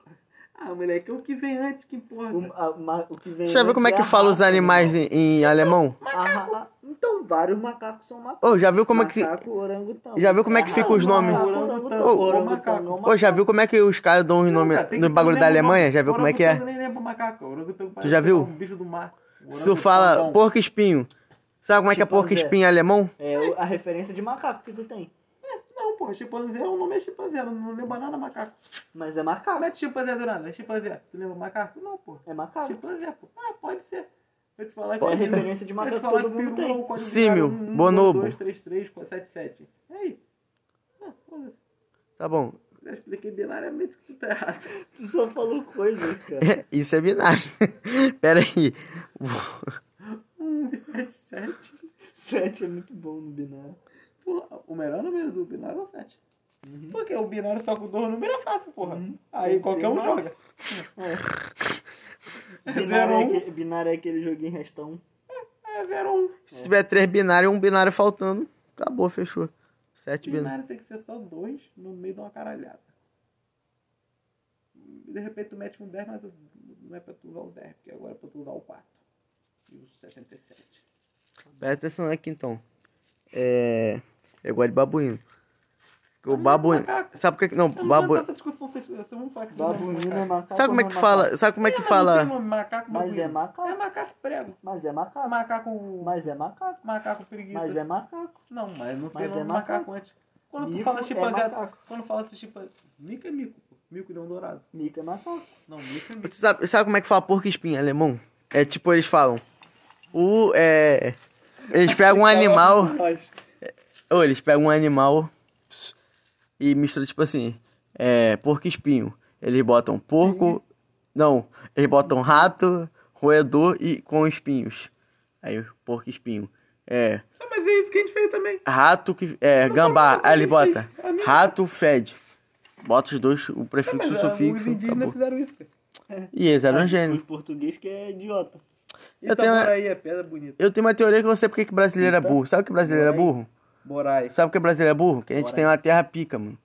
Speaker 2: Ah, moleque, é o que vem antes que importa.
Speaker 3: O, a- ma- o que vem
Speaker 1: Deixa eu ver
Speaker 3: antes
Speaker 1: como é que
Speaker 3: a
Speaker 1: fala os
Speaker 3: raça,
Speaker 1: animais
Speaker 3: irmão.
Speaker 1: em, em alemão.
Speaker 3: A ra- Então, vários macacos são macacos.
Speaker 1: Ô, já viu como é que.
Speaker 3: Macaco, orangotango.
Speaker 1: já viu como é que
Speaker 3: Ah,
Speaker 1: fica os nomes?
Speaker 3: macaco, orangotango,
Speaker 1: Ô,
Speaker 3: orangotango,
Speaker 2: ô,
Speaker 3: macaco.
Speaker 1: Ô, já viu como é que os caras dão os nomes
Speaker 2: cara, tem
Speaker 1: no
Speaker 2: que ter
Speaker 1: bagulho
Speaker 2: um
Speaker 1: da
Speaker 2: mesmo
Speaker 1: Alemanha?
Speaker 2: nome.
Speaker 1: Já viu como é que é?
Speaker 2: Orangotango nem lembra macaco. Orangotango parece
Speaker 1: já
Speaker 2: que
Speaker 1: viu?
Speaker 2: é um bicho do mar.
Speaker 1: Se tu fala
Speaker 2: Orangotangão.
Speaker 1: porco espinho, sabe como é que
Speaker 2: Tipo
Speaker 1: é porco
Speaker 3: Chimpanzé.
Speaker 1: espinho em alemão?
Speaker 3: É o- a referência de macaco que tu tem.
Speaker 2: Não, pô, chimpanzé, o nome é chimpanzé, não- não lembra nada macaco.
Speaker 3: Mas é
Speaker 2: Ah,
Speaker 3: macaco.
Speaker 2: mete chimpanzé do nada, é chimpanzé. Tu lembra macaco? Não, pô.
Speaker 3: É macaco.
Speaker 2: Chimpanzé, pô. Ah, pode ser. Eu te falar
Speaker 3: É
Speaker 1: Pode ser.
Speaker 3: referência de
Speaker 2: Eu te
Speaker 3: macaco que
Speaker 2: falar
Speaker 3: todo
Speaker 2: que
Speaker 3: mundo
Speaker 2: peru é um
Speaker 3: tem.
Speaker 2: código
Speaker 1: Símio,
Speaker 2: binário, um,
Speaker 1: bonobo.
Speaker 2: dois, três, três, quatro, sete, sete. É aí. Ah, foda-se.
Speaker 1: Tá bom.
Speaker 2: Já expliquei binariamente que tu tá errado.
Speaker 3: Tu só falou coisa, cara.
Speaker 1: Isso é binário. Pera aí.
Speaker 2: Um, sete, sete.
Speaker 3: 7 é muito bom no binário.
Speaker 2: Porra, o melhor número do binário é o sete. Porque o binário só com dois números é fácil, porra. Aí
Speaker 3: Uhum. Tem-
Speaker 2: qualquer
Speaker 3: tem
Speaker 2: um
Speaker 3: mais.
Speaker 2: joga.
Speaker 3: Binário, é
Speaker 2: zero, um.
Speaker 3: aquele, binário é aquele joguinho restão.
Speaker 2: É zero um.
Speaker 1: Se tiver três binários e um binário faltando, acabou, fechou. Sete binários.
Speaker 2: Binário tem que ser só dois no meio de uma caralhada. De repente tu mete um 10, mas tu- não é pra tu usar o 10, porque agora é pra tu usar o 4. E o 77.
Speaker 1: Presta atenção aqui então. É. Eu gosto de babuíno. Porque O
Speaker 2: Mas não é
Speaker 1: babuíno.
Speaker 2: macaco.
Speaker 1: Sabe por que. Não,
Speaker 2: Eu não quero
Speaker 1: babuíno.
Speaker 2: tanta discussão, vocês- vocês vão falar que
Speaker 3: Babuíno é macaco.
Speaker 1: Sabe como é
Speaker 3: ou
Speaker 1: que
Speaker 3: não
Speaker 1: fala? Sabe como é que
Speaker 2: Mas,
Speaker 1: fala?
Speaker 2: não tem nome, macaco,
Speaker 3: Mas é
Speaker 2: babuíno.
Speaker 3: macaco.
Speaker 2: É macaco prego.
Speaker 3: Mas é macaco.
Speaker 2: Macaco.
Speaker 3: Mas é macaco.
Speaker 2: Macaco preguiça.
Speaker 3: Mas é macaco.
Speaker 2: Não, mas não tem
Speaker 3: Mas
Speaker 2: nome
Speaker 3: é
Speaker 2: macaco.
Speaker 3: macaco.
Speaker 2: antes. Quando tu
Speaker 3: Mico
Speaker 2: fala
Speaker 3: é
Speaker 2: chimpanzé.
Speaker 3: macaco.
Speaker 2: quando fala chimpanzé. Mico é mico, pô. Mico não dourado.
Speaker 3: Mico é macaco.
Speaker 2: Não, mico é mico.
Speaker 1: Você sabe, sabe como é que fala porco espinho em alemão? É tipo, eles falam. O. É. Eles pegam um animal.
Speaker 3: é
Speaker 2: Nós.
Speaker 1: Ou eles pegam um animal ps, e misturam, tipo assim, é, porco e espinho. Eles botam porco, não, eles botam rato, roedor e com espinhos. Aí, o porco e espinho. É,
Speaker 2: Ah, mas é isso que a gente fez também.
Speaker 1: rato que, é, gambá. Aí ele bota rato, fede. Bota os dois, o
Speaker 2: Mas,
Speaker 1: prefixo e o
Speaker 2: ah, os
Speaker 1: sufixo,
Speaker 2: indígenas
Speaker 1: acabou.
Speaker 2: fizeram isso. cara.
Speaker 1: E eles eram gênios.
Speaker 3: Os português que é idiota.
Speaker 2: E
Speaker 1: Eu
Speaker 2: tá
Speaker 1: tenho-
Speaker 2: Moraí, a pedra bonita.
Speaker 1: Eu tenho uma teoria que eu não sei porque que brasileiro é
Speaker 2: Então,
Speaker 1: burro. Sabe o que brasileiro é
Speaker 2: bora aí.
Speaker 1: burro?
Speaker 2: Moraes.
Speaker 1: Sabe o que brasileiro é burro? Que a gente
Speaker 3: Bora
Speaker 1: tem uma terra pica, mano.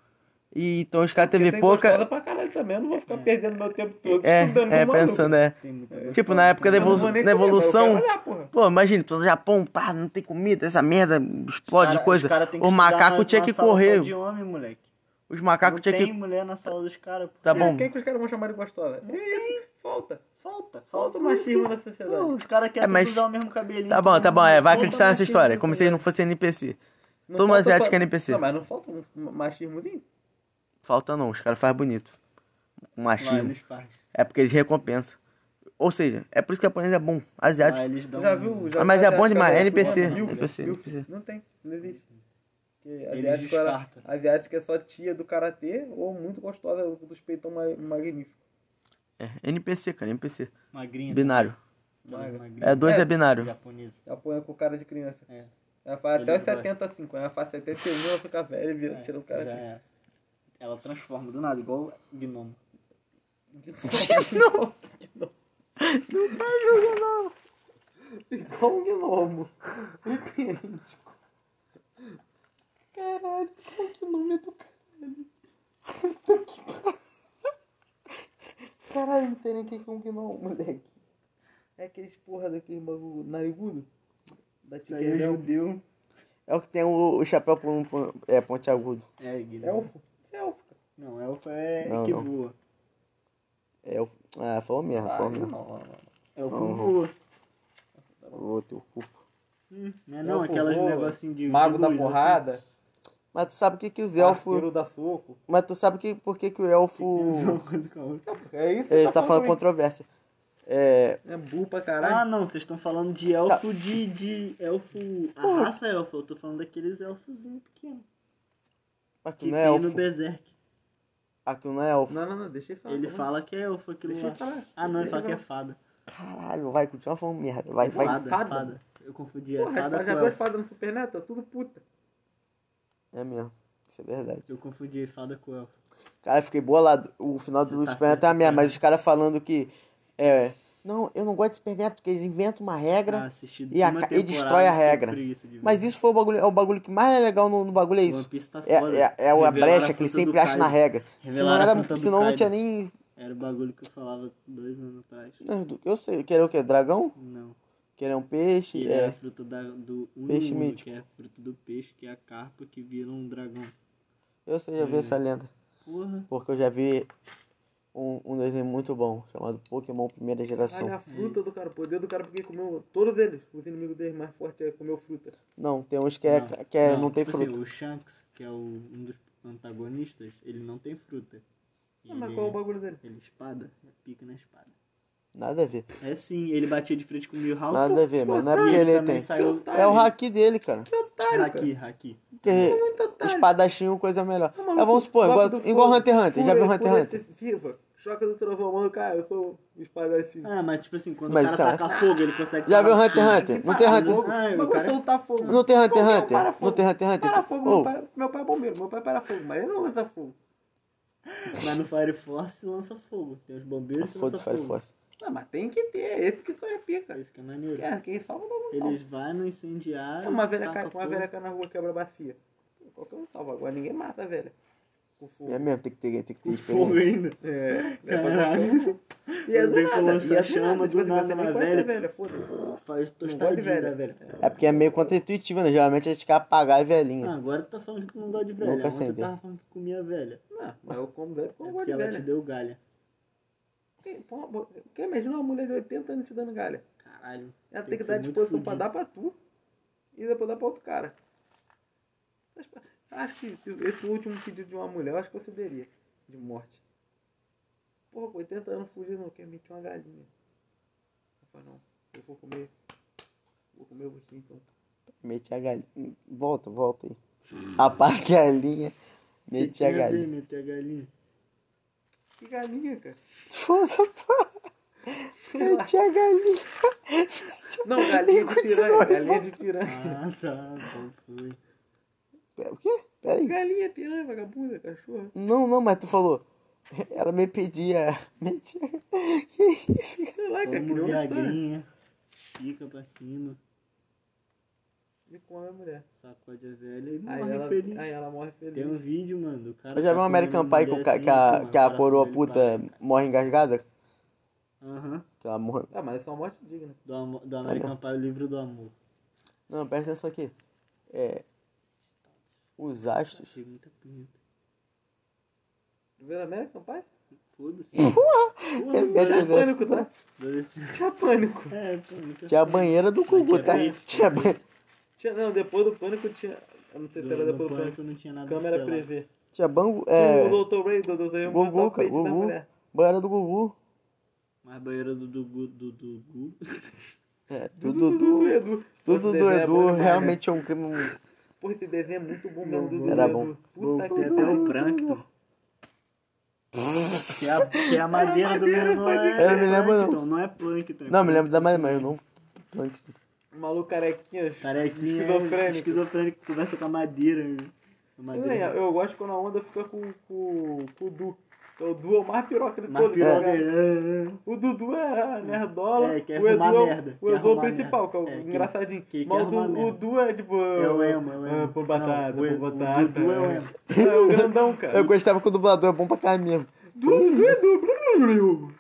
Speaker 1: E então os caras
Speaker 2: Porque
Speaker 1: teve
Speaker 2: tem
Speaker 1: pouca...
Speaker 2: gostosa pra caralho também, eu não vou ficar perdendo meu tempo todo estudando
Speaker 1: É, é
Speaker 2: com maluco.
Speaker 1: pensando, é.
Speaker 3: É. Tem muita
Speaker 1: Tipo, na época da
Speaker 2: Eu não vou
Speaker 1: evolu-
Speaker 2: nem
Speaker 1: na
Speaker 2: comer, mas eu
Speaker 1: evolução.
Speaker 2: quero olhar, porra.
Speaker 1: Pô, imagina, tu no Japão, pá, não tem comida, essa merda explode de
Speaker 3: Cara,
Speaker 1: coisa.
Speaker 3: os cara tem que
Speaker 1: Os
Speaker 3: estudar
Speaker 1: macacos
Speaker 3: na-
Speaker 1: tinha
Speaker 3: na
Speaker 1: que
Speaker 3: sala
Speaker 1: correr.
Speaker 3: só de homem, moleque.
Speaker 1: Os macacos
Speaker 3: não
Speaker 1: tinha
Speaker 3: tem
Speaker 1: que.
Speaker 3: mulher na sala dos caras.
Speaker 1: Tá
Speaker 2: É,
Speaker 1: bom.
Speaker 2: Quem que os caras vão chamar de gostosa? É isso. Falta.
Speaker 3: Falta.
Speaker 2: Falta o
Speaker 3: Por isso
Speaker 2: machismo
Speaker 3: que-
Speaker 2: na sociedade.
Speaker 3: Pô, os caras
Speaker 1: É,
Speaker 3: querem
Speaker 1: mas-
Speaker 3: todos usar o mesmo cabelinho. um
Speaker 1: Tá bom, tá bom, é, vai
Speaker 2: Não
Speaker 1: acreditar
Speaker 2: falta
Speaker 1: nessa
Speaker 2: machismo,
Speaker 1: história. Como se
Speaker 2: né?
Speaker 1: ele não fosse NPC.
Speaker 2: Não
Speaker 1: Todo
Speaker 2: falta
Speaker 1: asiático
Speaker 2: só-
Speaker 1: é NPC.
Speaker 2: Não, mas não falta um um machismozinho?
Speaker 1: Falta não, os caras fazem bonito. Com machismo. É porque eles recompensam. Ou seja, é por isso que o japonês é bom. Asiático.
Speaker 2: tipo, Já
Speaker 3: um-
Speaker 2: viu? Já
Speaker 1: Ah, mas
Speaker 2: viu
Speaker 1: é
Speaker 2: a
Speaker 1: bom demais,
Speaker 2: asiática
Speaker 1: NPC,
Speaker 2: da fulana? Milf,
Speaker 1: NPC,
Speaker 2: Milf.
Speaker 1: NPC.
Speaker 2: Não tem, não existe. Porque
Speaker 3: Eles
Speaker 2: asiático, era,
Speaker 3: descartam.
Speaker 2: asiático é só tia do karatê ou muito gostosa dos peitão ma- magnífico.
Speaker 1: É, NPC, cara, NPC.
Speaker 3: Magrinha.
Speaker 1: Binário.
Speaker 3: Todas magrinhas.
Speaker 1: É, dois
Speaker 2: É.
Speaker 1: é binário.
Speaker 3: Japonesa.
Speaker 2: Ela põe com cara de criança.
Speaker 3: É.
Speaker 2: Ela faz
Speaker 3: Ele
Speaker 2: até os
Speaker 3: vai.
Speaker 2: 75, quando ela faz 71, ela fica velha e vira,
Speaker 3: É,
Speaker 2: tira o cara.
Speaker 3: já
Speaker 2: aqui.
Speaker 3: é. Ela transforma do nada, igual gnomo.
Speaker 2: Não! Não vai jogar, não! Igual um gnomo. Idêntico. Caralho, como que nome é do caralho? Puta que par- Caralho, não sei nem o que que é um gnomo, moleque. É aqueles porra daquele bagulho narigudo? Da
Speaker 3: Isso aí é
Speaker 2: Tiquedão.
Speaker 3: judeu.
Speaker 1: É o que tem o, o chapéu pon-
Speaker 2: um,
Speaker 1: pon- é, ponte agudo.
Speaker 3: É, Guilherme.
Speaker 2: Elfo? Elfo, cara.
Speaker 3: Não, elfo é
Speaker 1: Não,
Speaker 3: que
Speaker 1: não.
Speaker 3: voa.
Speaker 1: É o. Ah, falou mesmo, falou
Speaker 2: não,
Speaker 1: mesmo.
Speaker 2: não, não.
Speaker 3: Elfo
Speaker 1: Não.
Speaker 3: voa.
Speaker 1: Ô, teu cu.
Speaker 3: Hum, não é não,
Speaker 2: Elfo
Speaker 3: aquelas
Speaker 2: voa.
Speaker 3: negocinho de
Speaker 2: Mago
Speaker 3: de
Speaker 2: da
Speaker 3: luz, assim.
Speaker 2: porrada.
Speaker 1: Mas tu sabe o que, que os elfos.
Speaker 2: Elfo. Tipo, da soco.
Speaker 1: Mas tu sabe que, por que, que o elfo.
Speaker 3: Uma coisa com a outra.
Speaker 2: É isso? que
Speaker 1: Ele tá falando
Speaker 2: pra mim?
Speaker 1: controvérsia. É.
Speaker 2: É burro pra
Speaker 3: Ah,
Speaker 2: caralho.
Speaker 3: não, vocês estão falando de elfo de, de. Elfo. A
Speaker 1: Pô.
Speaker 3: raça é elfo, eu tô falando daqueles elfozinhos pequenos.
Speaker 1: Mas que
Speaker 3: Que
Speaker 1: não
Speaker 3: tem
Speaker 1: é
Speaker 3: no
Speaker 1: elfo.
Speaker 3: Berserk.
Speaker 1: Aquilo não é elfo.
Speaker 2: Não, não, não, deixa ele falar.
Speaker 3: Ele
Speaker 2: Não,
Speaker 3: fala que é elfo aquilo
Speaker 2: Deixa
Speaker 3: lá.
Speaker 2: ele falar.
Speaker 3: Ah, não,
Speaker 2: Deixa
Speaker 3: ele fala que é
Speaker 2: ele
Speaker 3: fada.
Speaker 1: Caralho, vai, continua falando merda. Vai, vai.
Speaker 3: Fada,
Speaker 2: fada.
Speaker 3: fada. Eu confundi é
Speaker 2: Porra,
Speaker 3: fada
Speaker 2: já
Speaker 3: com
Speaker 2: viu as
Speaker 3: elfo.
Speaker 2: fadas no Super Neto? É tudo puta.
Speaker 1: É mesmo. Isso é verdade.
Speaker 3: Eu confundi fada com elfo.
Speaker 1: Cara, eu fiquei bolado. O final
Speaker 3: Você
Speaker 1: do
Speaker 3: tá
Speaker 1: Super Neto é a
Speaker 3: certo,
Speaker 1: merda,
Speaker 3: cara.
Speaker 1: mas os caras falando que. É. Não, eu não gosto de Super Neto porque eles inventam uma
Speaker 3: Ah,
Speaker 1: regra.
Speaker 3: assisti
Speaker 1: e a
Speaker 3: uma
Speaker 1: ca- e
Speaker 3: temporada,
Speaker 1: destrói a
Speaker 3: tô
Speaker 1: regra.
Speaker 3: preguiça de ver.
Speaker 1: Mas isso foi o bagulho. É o bagulho que mais é legal no, no bagulho é
Speaker 3: One
Speaker 1: isso.
Speaker 3: Piece tá
Speaker 1: É,
Speaker 3: foda.
Speaker 1: é, é a
Speaker 3: Revelaram
Speaker 1: brecha
Speaker 3: a
Speaker 1: que ele
Speaker 3: fruta
Speaker 1: sempre
Speaker 3: do
Speaker 1: acha na
Speaker 3: Kaido.
Speaker 1: regra. Senão,
Speaker 3: Revelaram a fruta
Speaker 1: era,
Speaker 3: do
Speaker 1: senão não
Speaker 3: Kaido.
Speaker 1: tinha nem.
Speaker 3: Era o bagulho que eu falava dois anos atrás.
Speaker 1: Eu sei, querer o quê? Dragão?
Speaker 3: Não.
Speaker 1: Querer um peixe?
Speaker 3: Que é, a fruta da, do um
Speaker 1: Peixe
Speaker 3: mundo,
Speaker 1: mítico.
Speaker 3: que é a fruta do peixe, que é a carpa que vira um dragão.
Speaker 1: Eu sei, já vi
Speaker 3: É.
Speaker 1: essa lenda.
Speaker 3: Porra.
Speaker 1: Porque eu já vi um, um desenho muito bom, chamado Pokémon Primeira Geração.
Speaker 2: Olha a fruta do cara, o poder do cara, porque comeu todos eles. Os inimigos dele mais fortes é comeu fruta.
Speaker 1: Não, tem uns que, é,
Speaker 3: Não,
Speaker 1: que é, não, tem
Speaker 3: tipo
Speaker 1: fruta.
Speaker 3: Assim, o Shanks, que é o, um dos antagonistas, ele não tem fruta.
Speaker 2: Ah, mas
Speaker 3: Ele-
Speaker 2: qual é o bagulho dele?
Speaker 3: Ele espada, é pica na espada.
Speaker 1: Nada a ver.
Speaker 3: É sim, ele batia de frente com o Milhouse.
Speaker 1: Nada a ver, mas não é
Speaker 3: e
Speaker 1: porque ele
Speaker 3: um também
Speaker 1: tem.
Speaker 3: saiu
Speaker 1: É o haki dele, cara.
Speaker 2: Que otário,
Speaker 3: Haki, Haki.
Speaker 1: Porque
Speaker 2: Muito otário.
Speaker 1: espadachinho, coisa melhor.
Speaker 2: Ah,
Speaker 1: Mas
Speaker 2: maluco,
Speaker 1: vamos supor,
Speaker 2: papo
Speaker 1: igual,
Speaker 2: do
Speaker 1: igual
Speaker 2: fogo,
Speaker 1: Hunter x Hunter. Já viu
Speaker 2: pura-
Speaker 1: Hunter x
Speaker 2: pura
Speaker 1: Hunter?
Speaker 2: excessiva. Choca do trovão, mano, cara, eu sou um espadachim.
Speaker 3: Ah, mas tipo assim, quando
Speaker 1: Mas
Speaker 3: o
Speaker 1: isso
Speaker 3: cara
Speaker 1: é-
Speaker 3: taca fogo, ele consegue...
Speaker 1: Já viu
Speaker 3: falar,
Speaker 1: Hunter x
Speaker 3: "Ah,
Speaker 1: Hunter? Não tem Hunter.
Speaker 2: fogo.
Speaker 3: Ai,
Speaker 2: mas
Speaker 3: o cara- é
Speaker 2: vou soltar fogo.
Speaker 1: Não tem Hunter
Speaker 2: Qual que
Speaker 1: x
Speaker 2: é o
Speaker 1: Hunter?
Speaker 2: parafogo?
Speaker 1: Não tem Hunter x Hunter? Oh.
Speaker 2: Para fogo,
Speaker 1: Ô.
Speaker 2: meu, pai, meu pai é bombeiro, meu pai para fogo, mas ele não usa fogo.
Speaker 3: Mas no Fire Force lança fogo. Tem os bombeiros que lançam
Speaker 1: ah, Foda-se, Fire
Speaker 3: fogo.
Speaker 1: Force.
Speaker 2: Não, mas tem que ter, é esse que só é pica.
Speaker 3: Isso que é maneiro.
Speaker 2: É, quem salva não não salva.
Speaker 3: Eles vão no incendiário.
Speaker 2: É uma velha, ca...
Speaker 3: Ah, taca
Speaker 2: uma
Speaker 3: fogo.
Speaker 2: velha cai na rua quebra a bacia. Pô, Qualquer um salva, agora ninguém mata a velha. Com fogo.
Speaker 1: É mesmo, tem que ter, tem que ter
Speaker 3: Com fogo
Speaker 1: experiência.
Speaker 3: ainda.
Speaker 2: É, é pra
Speaker 3: Caralho.
Speaker 2: dar fogo. E é
Speaker 3: Eu dei
Speaker 2: do
Speaker 3: com
Speaker 2: nada,
Speaker 3: lança
Speaker 2: e é
Speaker 3: chama,
Speaker 2: do nada,
Speaker 3: do
Speaker 2: tipo assim,
Speaker 3: nada
Speaker 2: você nem
Speaker 3: na
Speaker 2: conhece a
Speaker 3: velha.
Speaker 2: velha, foda-se. gosto
Speaker 3: Faz
Speaker 2: de
Speaker 3: tostadinha
Speaker 2: velha.
Speaker 3: da velha.
Speaker 1: É porque é meio contra-intuitivo, né? Geralmente a gente quer apagar a
Speaker 3: Ah,
Speaker 1: velhinha.
Speaker 3: agora tu tá falando que tu não gosta de velha.
Speaker 1: Nunca
Speaker 3: Ontem tu
Speaker 1: acendeu.
Speaker 4: tá-
Speaker 3: tava falando que comia velha.
Speaker 2: Não, mas eu como velho porque
Speaker 3: É
Speaker 2: eu gosto
Speaker 3: porque
Speaker 2: de
Speaker 3: ela te
Speaker 2: velha.
Speaker 3: deu galha.
Speaker 2: Quem, pô, uma bo- quem imagina uma mulher de 80 anos te dando galha?
Speaker 3: Caralho.
Speaker 2: Ela tem,
Speaker 3: Tem
Speaker 2: que dar
Speaker 3: que ser muito
Speaker 2: disposição pra
Speaker 3: fudido.
Speaker 2: dar pra tu e depois dar pra outro cara. Acho- Acho que se- esse último pedido de uma mulher, eu acho que eu cederia de morte. Porra, com 80 anos fugindo, não quer meter uma galinha. sofá não. Eu vou comer. Vou comer você então.
Speaker 1: Meti a galinha. Volta, volta aí. Apaga a galinha. Meti a galinha.
Speaker 4: Meter a galinha.
Speaker 2: Que galinha, cara.
Speaker 1: Foda, pá. Meti a galinha.
Speaker 2: Não, galinha de
Speaker 1: continua,
Speaker 2: piranha. Galinha de piranha.
Speaker 4: Ah, tá. Qual foi?
Speaker 1: Pera- O quê? Pera aí.
Speaker 2: Galinha, piranha, vagabunda, cachorro.
Speaker 1: Não, não, mas tu falou. Ela me pedia. Meti a Que isso? cara?
Speaker 2: Sei lá, cara,
Speaker 4: Vamos
Speaker 2: criou
Speaker 4: ver
Speaker 2: uma
Speaker 4: a
Speaker 2: história.
Speaker 4: galinha. Fica pra cima.
Speaker 2: E com a mulher.
Speaker 4: Sacode a velha e
Speaker 2: Aí
Speaker 4: morre
Speaker 2: ela,
Speaker 4: feliz.
Speaker 2: aí ela morre
Speaker 4: Tem um
Speaker 2: feliz.
Speaker 4: vídeo, mano. do cara
Speaker 1: Eu já vi
Speaker 4: tá
Speaker 1: um American
Speaker 4: comendo
Speaker 1: Pie com
Speaker 4: mulher
Speaker 1: ca-
Speaker 4: assim,
Speaker 1: que a,
Speaker 4: mano,
Speaker 1: que a
Speaker 4: coração
Speaker 1: coroa
Speaker 4: dele
Speaker 1: puta é.
Speaker 4: para.
Speaker 1: morre engasgada.
Speaker 4: um- Aham.
Speaker 1: Que ela morre.
Speaker 2: Ah, mas essa é uma morte digna.
Speaker 4: Do, amo- do
Speaker 1: Tá
Speaker 4: American Pie, o livro do amor.
Speaker 1: Não, presta atenção aqui. É. Os astros.
Speaker 4: Achei muita pinta.
Speaker 2: Tu viu na América, pai?
Speaker 4: Foda-se.
Speaker 1: É,
Speaker 4: Porra,
Speaker 1: mete
Speaker 2: Tinha
Speaker 1: as-
Speaker 2: pânico, tá?
Speaker 1: né?
Speaker 4: adolescente.
Speaker 2: Tinha pânico.
Speaker 4: É, pô, muita
Speaker 1: Tinha a
Speaker 4: pinta.
Speaker 1: banheira do Gugu,
Speaker 4: Aqui é
Speaker 1: tá?
Speaker 4: bonito,
Speaker 1: Tinha
Speaker 4: é
Speaker 1: banheira.
Speaker 2: Tinha, não, depois do pânico tinha. Eu não sei se
Speaker 4: Do,
Speaker 2: era
Speaker 4: do
Speaker 2: depois do
Speaker 4: pânico
Speaker 2: pânico.
Speaker 4: não tinha nada
Speaker 2: Câmera
Speaker 4: estrelado.
Speaker 2: prevê.
Speaker 1: Tinha bango.
Speaker 2: O
Speaker 1: É.
Speaker 2: Dr. Ray, do Dr. Ray,
Speaker 1: Gugu,
Speaker 2: mandou o peito
Speaker 1: cara,
Speaker 2: da
Speaker 1: Gugu.
Speaker 2: mulher.
Speaker 1: Banheira do Gugu.
Speaker 4: Mas banheira do Dugu. Do Dugu.
Speaker 1: É, do
Speaker 2: Dudu, Dudu,
Speaker 1: Dudu.
Speaker 2: Edu.
Speaker 1: Do
Speaker 2: Esse desenho
Speaker 1: Dudu
Speaker 2: é bom
Speaker 1: Edu
Speaker 2: demais, né?
Speaker 1: realmente é um crime.
Speaker 2: Porra, esse desenho é muito bom mesmo, Dudu.
Speaker 1: Era
Speaker 2: Edu.
Speaker 1: bom.
Speaker 2: Puta
Speaker 4: Tem
Speaker 2: que
Speaker 4: até um
Speaker 2: pariu.
Speaker 4: o Plankton. que, é a, que é a madeira do
Speaker 2: madeira,
Speaker 4: menino.
Speaker 2: pode
Speaker 1: crer. Eu não me lembro, não.
Speaker 4: Plankton, não é Plankton.
Speaker 1: Não, me lembro da mais, mas eu não.
Speaker 2: O maluco carequinha.
Speaker 4: Carequinha. é
Speaker 2: Esquizofrênico.
Speaker 4: Esquizofrênico. que Conversa com a madeira. né? A
Speaker 2: Não,
Speaker 4: madeira.
Speaker 1: é,
Speaker 2: Eu, eu gosto quando a onda fica com, com, com o Du. Então, o Du é o mais piroca de
Speaker 4: Mas
Speaker 2: todos.
Speaker 4: pior
Speaker 2: né?
Speaker 4: é-
Speaker 2: O Dudu é a nerdola.
Speaker 4: É, quer
Speaker 2: o Edu
Speaker 4: arrumar
Speaker 2: é o,
Speaker 4: merda,
Speaker 2: o
Speaker 4: quer
Speaker 2: Edu é o
Speaker 4: arrumar
Speaker 2: principal, que é o
Speaker 4: merda. É, que-
Speaker 2: engraçadinho.
Speaker 4: que quer
Speaker 2: Mas o,
Speaker 4: arrumar
Speaker 2: Du, o
Speaker 4: merda.
Speaker 2: Du é tipo.
Speaker 4: É o emo, é o emo.
Speaker 2: Ah, pô, batata,
Speaker 4: Não, o Edu-
Speaker 2: pô,
Speaker 4: o
Speaker 2: batata.
Speaker 4: Dudu é o emo.
Speaker 2: É o grandão, cara.
Speaker 1: Eu gostava com o dublador, é bom pra caralho mesmo.
Speaker 2: Du, Dudu é Du.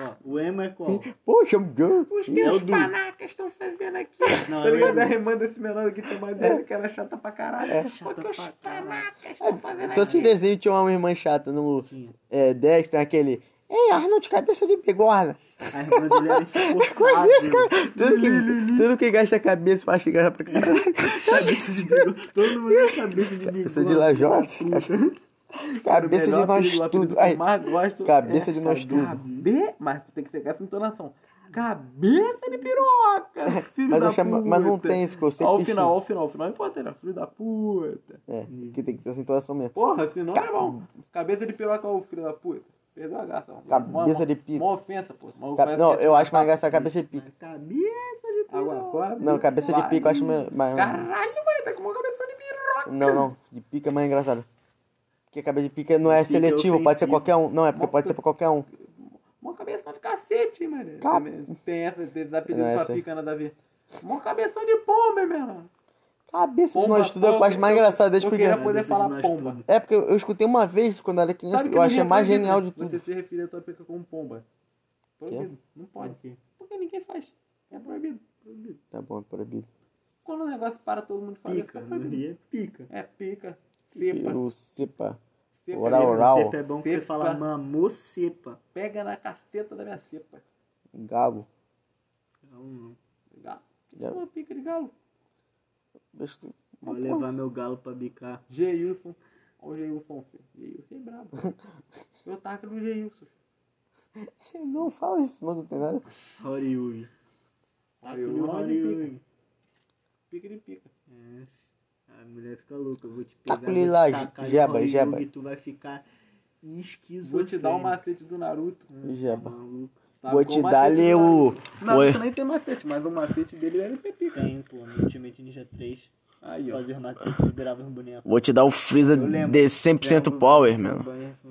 Speaker 4: Ó, o emo é qual?
Speaker 1: Poxa, meu Deus.
Speaker 2: Os
Speaker 4: É o
Speaker 2: meus
Speaker 4: Du.
Speaker 2: panacas estão fazendo aqui.
Speaker 4: Não,
Speaker 2: tá
Speaker 4: é o
Speaker 2: ligado?
Speaker 4: Edu.
Speaker 2: A irmã desse menor aqui tem mais dela, que era chata pra caralho.
Speaker 1: É.
Speaker 2: Porque
Speaker 4: Chata
Speaker 2: os
Speaker 4: pra
Speaker 2: panacas estão fazendo
Speaker 1: Todo esse
Speaker 2: aqui.
Speaker 1: desenho tinha uma irmã chata no
Speaker 4: Tinha.
Speaker 1: é, Dexter, naquele. Ei, Arnold, cabeça de bigorna. é
Speaker 4: A irmã dele era insuportável.
Speaker 1: Tudo que, tudo que gasta a cabeça, faz que gasta pra caralho.
Speaker 4: Cabeça de bigode. Todo mundo é cabeça de bigode.
Speaker 1: Cabeça de lajota. Cabeça
Speaker 2: O
Speaker 1: de
Speaker 2: melhor apelido, o
Speaker 1: nós
Speaker 2: apelido
Speaker 1: tudo.
Speaker 2: que eu
Speaker 1: Ai,
Speaker 2: mais gosto
Speaker 1: cabeça
Speaker 2: é
Speaker 1: de nós tudo.
Speaker 2: Cabe... Mas tem que ser com essa entonação. Cabeça de piroca! filho
Speaker 1: Mas,
Speaker 2: da
Speaker 1: eu chamo- mas não
Speaker 2: puta.
Speaker 1: tem isso que eu sempre
Speaker 2: Ao
Speaker 1: fiz.
Speaker 2: final, ao final, ao final é importante, né? Filho da puta.
Speaker 1: É, que tem que ter situação mesmo.
Speaker 2: Porra, senão não é bom. Cabeça de piroca, ô filho da puta. Perdeu a graça. mano. Mó-
Speaker 1: Cabeça
Speaker 2: mó-
Speaker 1: de pica.
Speaker 2: Mó ofensa, pô. Mó-
Speaker 1: Ca-
Speaker 2: parece
Speaker 1: Não,
Speaker 2: que é-
Speaker 1: eu acho mais engraçado cabeça de pica.
Speaker 4: Cabeça de
Speaker 2: Agora,
Speaker 4: bigode.
Speaker 2: qual é a
Speaker 1: Não, cabeça de
Speaker 2: Vai.
Speaker 1: pica eu acho mais. mais-
Speaker 2: Caralho, mano, tá com uma cabeça de piroca.
Speaker 1: Não, não. De pica é mais engraçado. Porque cabeça de pica não é
Speaker 4: Pica é
Speaker 1: seletivo, pode ser
Speaker 4: ofensivo.
Speaker 1: qualquer um. Não, é porque
Speaker 2: Mó
Speaker 1: pode ser pra qualquer um.
Speaker 2: Mó cabeção de cacete, mano.
Speaker 1: Ca-
Speaker 2: Tem essa, tem esse apelido
Speaker 1: Não,
Speaker 2: pra
Speaker 1: essa aí.
Speaker 2: pica, nada a ver. Mó cabeção de pomba, meu irmão.
Speaker 1: Cabeça de
Speaker 2: Pomba,
Speaker 1: nós tudo é o que eu acho mais
Speaker 2: pomba.
Speaker 1: engraçado desde
Speaker 2: Eu
Speaker 1: pequeno.
Speaker 2: queria poder
Speaker 4: Cabeça de
Speaker 2: falar
Speaker 4: nós
Speaker 2: pomba.
Speaker 4: tudo.
Speaker 1: É porque eu eu escutei uma vez quando eu era criança,
Speaker 2: Sabe que
Speaker 1: eu
Speaker 2: não
Speaker 1: achei
Speaker 2: é
Speaker 1: mais
Speaker 2: proibido
Speaker 1: genial de tudo.
Speaker 2: Você se referir à tua pica como pomba. Proibido. Não pode. Porque ninguém faz. É proibido. Proibido.
Speaker 1: Tá bom, é proibido.
Speaker 2: Quando o negócio para, todo mundo faz.
Speaker 4: Pica.
Speaker 2: é
Speaker 4: No
Speaker 2: proibido.
Speaker 4: Rio é pica.
Speaker 2: É pica. Cepa.
Speaker 1: Peru, cepa.
Speaker 2: cepa.
Speaker 1: Oral, oral.
Speaker 4: Cepa é bom porque
Speaker 2: Cepa.
Speaker 4: fala mamô cepa.
Speaker 2: Pega na caceta da minha cepa.
Speaker 1: Galo.
Speaker 4: Não, não.
Speaker 2: Legal.
Speaker 1: Já-
Speaker 2: Uma pica de galo.
Speaker 1: Eu escutei-
Speaker 4: Vou
Speaker 1: Mas,
Speaker 4: levar
Speaker 1: pô,
Speaker 4: meu galo pra bicar.
Speaker 2: Geilson. Olha o Geilson, filho. Geilson é brabo. Eu taco no Geilson.
Speaker 1: Não fala isso, não, não tem nada.
Speaker 2: Tá
Speaker 4: Horiui.
Speaker 2: Taco no Horiui. Pica de pica.
Speaker 4: É. A mulher fica louca. Eu vou te pegar.
Speaker 1: Taca
Speaker 4: vou
Speaker 1: ele
Speaker 4: te
Speaker 1: lá,
Speaker 4: tacar de
Speaker 1: Tá jeba,
Speaker 4: Horiui
Speaker 1: jeba.
Speaker 4: E tu vai ficar esquizofrênico.
Speaker 2: Vou te dar um macete do Naruto.
Speaker 1: Jeba.
Speaker 4: Maluco.
Speaker 2: Tá?
Speaker 1: Vou
Speaker 2: Com
Speaker 1: te
Speaker 2: o
Speaker 1: dar
Speaker 2: macete
Speaker 1: ali
Speaker 2: do
Speaker 1: o.
Speaker 2: Naruto.
Speaker 1: Oi.
Speaker 2: Naruto nem tem macete, mas o macete dele deve ser pica.
Speaker 4: Tem, pô. No Ultimate Ninja 3.
Speaker 2: Aí, ó.
Speaker 4: Fazia macete e liberava os bonecos.
Speaker 1: Vou te dar o Freeza
Speaker 4: Eu lembro.
Speaker 1: de 100% Power,
Speaker 4: mano.
Speaker 1: mano.
Speaker 4: um,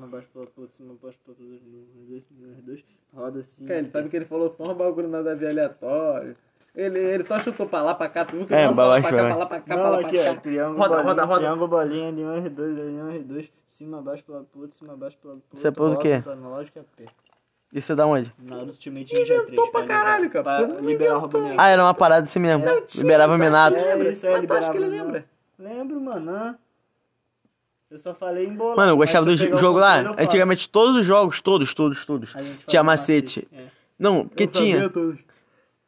Speaker 4: Roda assim.
Speaker 2: Cara, ele sabe que ele falou só um bagulho nada a ver aleatório. Ele, ele só chutou pra lá, pra cá, tu viu que
Speaker 1: É,
Speaker 2: ele
Speaker 1: pra
Speaker 2: falou
Speaker 1: lá,
Speaker 2: pra
Speaker 1: pra
Speaker 2: cá,
Speaker 1: lá.
Speaker 2: pra lá, pra cá, pra
Speaker 4: Não,
Speaker 2: lá,
Speaker 4: aqui,
Speaker 2: pra
Speaker 4: ó.
Speaker 2: cá.
Speaker 4: Triângulo,
Speaker 2: Roda,
Speaker 4: bolinha,
Speaker 2: roda, roda.
Speaker 4: Triângulo, bolinha, linha 1, R2, linha 1, R2. Cima, baixo, pro lado, pro outro, cima, baixo, pro lado, pro outro.
Speaker 1: Isso é pro
Speaker 4: roda,
Speaker 1: quê?
Speaker 4: Essa lógica é P.
Speaker 1: Isso é da onde?
Speaker 4: Naruto Ultimate é Ninja 3.
Speaker 2: Inventou pra caralho, cara.
Speaker 4: né, Pra
Speaker 2: Não
Speaker 4: liberar os bonecos.
Speaker 1: Ah, era uma parada assim mesmo.
Speaker 2: tinha,
Speaker 1: Liberava
Speaker 2: tá
Speaker 1: Minato.
Speaker 2: cheio. lembra?
Speaker 4: isso aí,
Speaker 2: Mas tu acha
Speaker 4: liberava
Speaker 2: que ele
Speaker 4: os
Speaker 2: lembra?
Speaker 4: bonecos. Lembro, mano. hã? Eu só falei em bola.
Speaker 1: Mano, eu gostava do
Speaker 4: Mas se eu pegar o
Speaker 1: jogo
Speaker 4: controle,
Speaker 1: lá.
Speaker 4: eu faço.
Speaker 1: Antigamente, todos os jogos, todos, todos, todos.
Speaker 4: A gente
Speaker 1: Tinha
Speaker 4: fazia
Speaker 1: macete.
Speaker 4: É.
Speaker 1: Não, porque
Speaker 4: Eu sabia
Speaker 1: tinha.
Speaker 4: todos.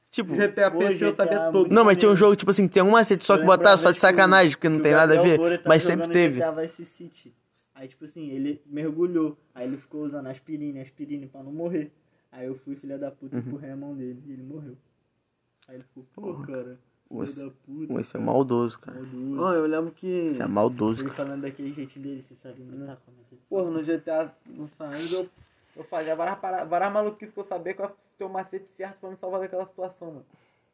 Speaker 1: Tipo.
Speaker 2: GTA
Speaker 4: Pô,
Speaker 2: PC eu
Speaker 4: GTA
Speaker 2: sabia
Speaker 4: muito
Speaker 2: todo.
Speaker 1: Não, mas tinha um
Speaker 4: maneiro.
Speaker 1: jogo, tipo assim, que tem um macete só
Speaker 4: Eu
Speaker 1: que
Speaker 4: lembro uma
Speaker 1: botaram só
Speaker 4: vez
Speaker 1: de
Speaker 4: que o-
Speaker 1: sacanagem, porque não
Speaker 4: que o
Speaker 1: tem nada a
Speaker 4: Gabriel
Speaker 1: ver.
Speaker 4: Moura tava
Speaker 1: Mas sempre
Speaker 4: jogando
Speaker 1: teve.
Speaker 4: GTA Vice City. Aí, tipo assim, ele mergulhou. Aí ele ficou usando aspirina, aspirina pra não morrer. Aí eu fui, filha da
Speaker 1: Uhum.
Speaker 4: puta, e empurrei a mão dele e ele morreu. Aí ele ficou, pô, cara, filha
Speaker 1: Você-
Speaker 4: da puta.
Speaker 1: Pô, Isso é maldoso, cara.
Speaker 4: maldoso.
Speaker 2: Não, eu lembro que.
Speaker 1: Isso é maldoso,
Speaker 4: Ele
Speaker 1: cara.
Speaker 4: falando daquele jeitinho dele, você sabe imitar como é que ele
Speaker 2: Porra, no GTA no San Andreas eu, eu fazia várias, para- várias maluquices que eu sabia que eu ia ter o macete certo pra me salvar daquela situação, mano.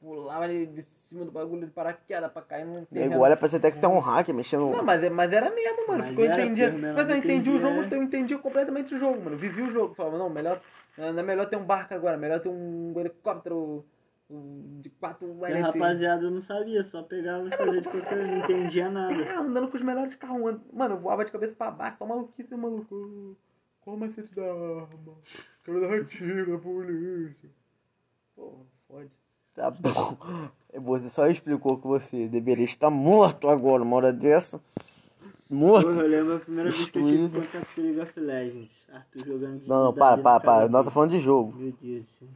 Speaker 2: Pulava ali de cima do bagulho de paraquedas pra cair num
Speaker 4: é
Speaker 1: Nego
Speaker 2: terreno.
Speaker 1: olha, parece até que tem um hacker mexendo.
Speaker 2: Não, mas, é- mas era mesmo, mano.
Speaker 4: Mas
Speaker 2: porque eu
Speaker 4: era,
Speaker 2: entendia.
Speaker 4: pelo menos
Speaker 2: Mas eu
Speaker 4: eu
Speaker 2: entendi o
Speaker 4: entendi,
Speaker 2: jogo,
Speaker 4: é.
Speaker 2: eu entendi completamente o jogo, mano. Vivi o jogo. Falava, não, melhor. Não é melhor ter um barco agora, melhor ter um helicóptero um, de quatro
Speaker 4: E a rapaziada não sabia, só pegava e fazia de qualquer não entendia nada.
Speaker 2: Ah, andando com os melhores carros. and- Mano, eu voava de cabeça pra baixo, só maluquice, maluco. Qual o macete da arma? Quero dar tiro, polícia. Pô, fode.
Speaker 1: Tá bom. Você só explicou que você deveria estar morto agora, uma hora dessa. Morto.
Speaker 4: Porra, eu lembro a primeira vez que eu tive
Speaker 1: Destruído.
Speaker 4: contato com o League of Legends. Arthur jogando de
Speaker 1: Não, não,
Speaker 4: cidade
Speaker 1: para,
Speaker 4: na
Speaker 1: para,
Speaker 4: casa
Speaker 1: para. Nós tá
Speaker 4: dele.
Speaker 1: falando de jogo.
Speaker 4: Meu Deus do céu.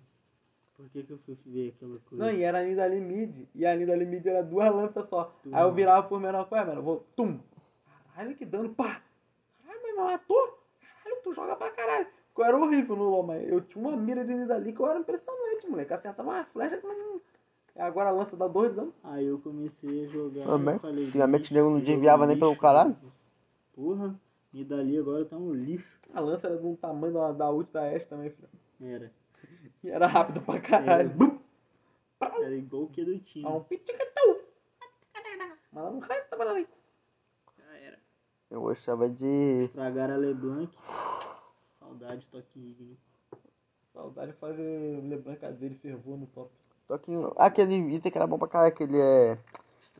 Speaker 4: Por que que eu fui ver aquela coisa?
Speaker 2: Não, e era a linha ali mid. E a linha ali mid era duas lanças só.
Speaker 4: Tum.
Speaker 2: Aí eu virava pro menor, qual é, mano? Eu vou, tum. Caralho, que dano, pá. Caralho, meu irmão, matou. Caralho, tu joga pra caralho. Eu era horrível no LoL, mas eu tinha uma mira de linda ali que eu era impressionante, moleque. Acertava uma flecha que não... Agora a lança dá dois danos.
Speaker 4: Aí eu comecei a jogar.
Speaker 1: Também.
Speaker 4: eu falei,
Speaker 1: Ah, Antigamente
Speaker 4: "Lixo,
Speaker 1: nego não
Speaker 4: jogo
Speaker 1: desviava nem pelo
Speaker 4: lixo,
Speaker 1: caralho."
Speaker 4: Porra, e dali agora tá um lixo.
Speaker 2: A lança era de um tamanho da, da ult da Ashe também, filho.
Speaker 4: Era.
Speaker 2: E era rápido pra caralho.
Speaker 4: É.
Speaker 2: Bum!
Speaker 4: Era igual o que do time.
Speaker 2: Dá um piticatu. Mas ela não cai, tá ali.
Speaker 1: Eu gostava de.
Speaker 4: Estragaram a LeBlanc. Saudade, toque ígneo.
Speaker 2: Saudade de fazer lebrancadeira e fervor no top.
Speaker 1: Toquinho. Aquele item que era bom pra caralho, aquele é.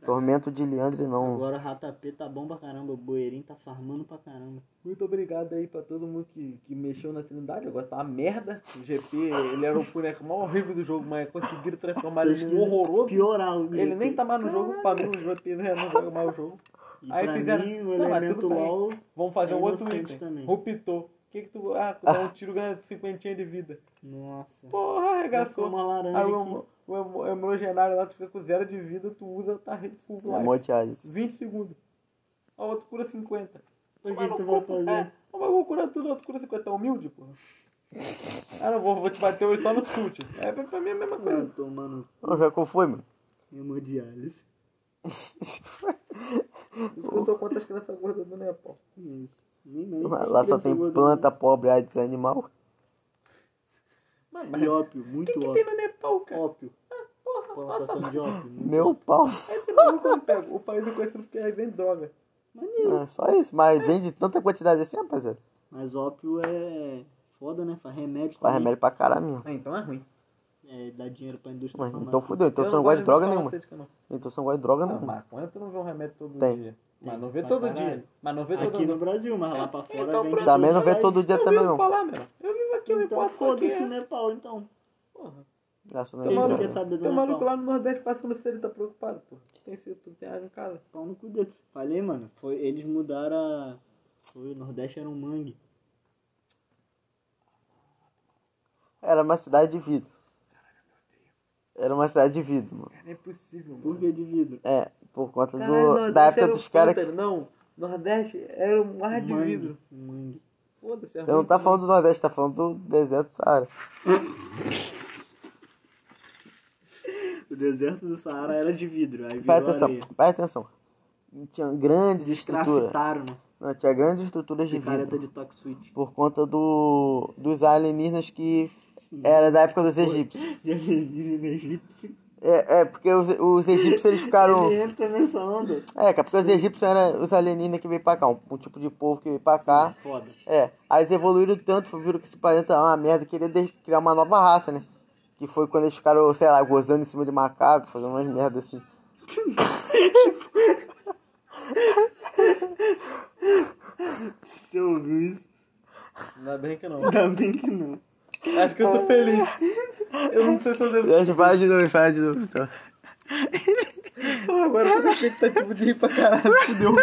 Speaker 1: Tormento de Leandre, não.
Speaker 4: Agora o Ratapê tá bom pra caramba. O Boeirinho tá farmando pra caramba.
Speaker 2: Muito obrigado aí pra todo mundo que, que mexeu na Trindade. Agora tá uma merda. O GP, ele era o boneco mais horrível do jogo, mas conseguiram transformar ele num horroroso.
Speaker 4: Piorar o
Speaker 2: Ele nem tá mais no jogo, pra mim o GP já não joga mais o jogo.
Speaker 4: E
Speaker 2: Aí
Speaker 4: pra
Speaker 2: fizeram-
Speaker 4: mim, o
Speaker 2: Não, mas
Speaker 4: elemento
Speaker 2: tudo bem.
Speaker 4: LOL.
Speaker 2: Vamos fazer
Speaker 4: É
Speaker 2: um outro
Speaker 4: inocente
Speaker 2: item.
Speaker 4: também.
Speaker 2: Rupitou. O que que tu... Ah, tu dá um tiro ganha cinquentinha de vida.
Speaker 4: Nossa.
Speaker 2: Porra,
Speaker 4: Ficou
Speaker 2: arregaçou.
Speaker 4: uma laranja
Speaker 2: Aí o,
Speaker 4: aqui.
Speaker 2: hemo- o hemo- hemogênio é lá, tu fica com zero de vida, tu usa, tá rede full
Speaker 1: É um
Speaker 2: life.
Speaker 1: monte de áreas.
Speaker 2: 20 segundos. A outra cura 50.
Speaker 4: O
Speaker 2: Mas
Speaker 4: que tu
Speaker 2: não
Speaker 4: vai
Speaker 2: cura-
Speaker 4: fazer?
Speaker 2: É, mas eu vou curar tudo, a outra cura 50. É humilde, porra. Ah, não, vou, vou te bater hoje só no chute. É pra, pra mim é a mesma
Speaker 4: Ah,
Speaker 2: coisa.
Speaker 4: tomando
Speaker 1: Não, já qual foi, mano?
Speaker 4: hemodiálise.
Speaker 2: Escutou quantas crianças gordas do Nepal.
Speaker 4: Isso. Nem, nem
Speaker 1: Lá só
Speaker 4: criança
Speaker 1: tem
Speaker 4: gorda,
Speaker 1: planta pobre, AIDS, animal.
Speaker 2: Mano,
Speaker 4: não. E
Speaker 2: o
Speaker 4: ópio, muito
Speaker 2: que, que tem
Speaker 4: ópio.
Speaker 2: no Nepal, cara?
Speaker 4: Ópio. Plantação de ópio. né? muito
Speaker 1: Meu pau.
Speaker 2: É Esse maluco eu não pego. O país é conhecido porque aí vem droga.
Speaker 4: Maneiro.
Speaker 1: É, só isso, mas vende tanta quantidade assim, rapaziada.
Speaker 4: Mas ópio é foda, né? Faz
Speaker 1: Faz
Speaker 4: remédio também.
Speaker 1: remédio pra caralho mesmo.
Speaker 2: Ah, então é ruim.
Speaker 4: É, dá dinheiro pra indústria
Speaker 1: Mas, então
Speaker 4: farmacêutica.
Speaker 1: fudeu, então
Speaker 2: Eu
Speaker 1: você não
Speaker 2: gosto
Speaker 1: gosta de droga nenhuma.
Speaker 2: farmacêutica, não.
Speaker 1: Então você não gosta de droga
Speaker 2: Ah,
Speaker 1: nenhuma.
Speaker 2: maconha tu não vê um remédio todo
Speaker 1: Tem.
Speaker 2: dia.
Speaker 4: Tem,
Speaker 2: Mas não vê
Speaker 4: pra
Speaker 2: todo
Speaker 4: caralho.
Speaker 2: dia. Mas não vê todo
Speaker 4: Aqui
Speaker 2: dia.
Speaker 4: no Brasil, mas lá pra fora
Speaker 2: Então,
Speaker 4: vem
Speaker 2: pra-
Speaker 1: Também não
Speaker 2: Mas
Speaker 1: vê
Speaker 2: aí,
Speaker 1: todo dia
Speaker 2: eu
Speaker 1: também
Speaker 2: vivo
Speaker 1: não.
Speaker 2: falar, meu. Eu vivo aqui, eu me
Speaker 4: Então
Speaker 2: importo com aqui.
Speaker 4: foda-se o
Speaker 2: é.
Speaker 4: Nepal, então.
Speaker 2: Porra.
Speaker 1: Nossa, não é
Speaker 4: Quem
Speaker 2: maluco,
Speaker 1: droga.
Speaker 4: quer saber do
Speaker 2: Tem um maluco
Speaker 4: Nepal?
Speaker 2: lá no Nordeste passando frio, tá preocupado, pô. Tem frio, tu tem água em casa.
Speaker 4: Pau no cu dele. Falei, mano. Foi, eles mudaram a... Foi, o Nordeste era um mangue.
Speaker 1: Era uma cidade de vidro. Era uma cidade de vidro, mano.
Speaker 2: Cara, não é possível, mano.
Speaker 4: Por que de vidro?
Speaker 1: É, por conta
Speaker 2: Caralho,
Speaker 1: do,
Speaker 2: Nordeste
Speaker 1: da época
Speaker 2: era um
Speaker 1: dos caras que.
Speaker 2: pântano, Não, Nordeste era um mar de
Speaker 4: Mangue,
Speaker 2: vidro.
Speaker 4: um Mangue.
Speaker 2: Foda-se, é
Speaker 1: Eu não
Speaker 2: ruim.
Speaker 1: tá falando do Nordeste, tá falando do deserto do Saara.
Speaker 4: O deserto do Saara era de vidro. Aí virou
Speaker 1: Presta atenção,
Speaker 4: areia.
Speaker 1: presta atenção. Tinha grandes estruturas.
Speaker 4: Descraftaram, né?
Speaker 1: Não, tinha grandes estruturas de
Speaker 4: Picareta
Speaker 1: vidro.
Speaker 4: de toxuit.
Speaker 1: Por conta do, dos alienígenas que
Speaker 4: Hum.
Speaker 1: era da época dos egípcios.
Speaker 4: De alienígena egípcio.
Speaker 1: É, é porque os, os egípcios eles ficaram.
Speaker 4: Ele é entra nessa onda.
Speaker 1: É, cara, porque os egípcios eram os alienígenas que veio pra cá, um, um tipo de povo que veio pra cá.
Speaker 4: Foda.
Speaker 1: É, aí eles evoluíram tanto, viram que esse planeta é uma merda, queria de- criar uma nova raça, né? Que foi quando eles ficaram, sei lá, gozando em cima de macaco, fazendo umas merdas assim.
Speaker 4: Se eu ouviu isso,
Speaker 2: Ainda bem que não.
Speaker 4: ainda bem que não.
Speaker 2: Acho que eu tô feliz. Eu não sei se eu devo.
Speaker 1: Deixa, fala de novo, fala de novo. Então.
Speaker 2: Porra, agora eu tô com expectativa de rir pra caralho, fudeu.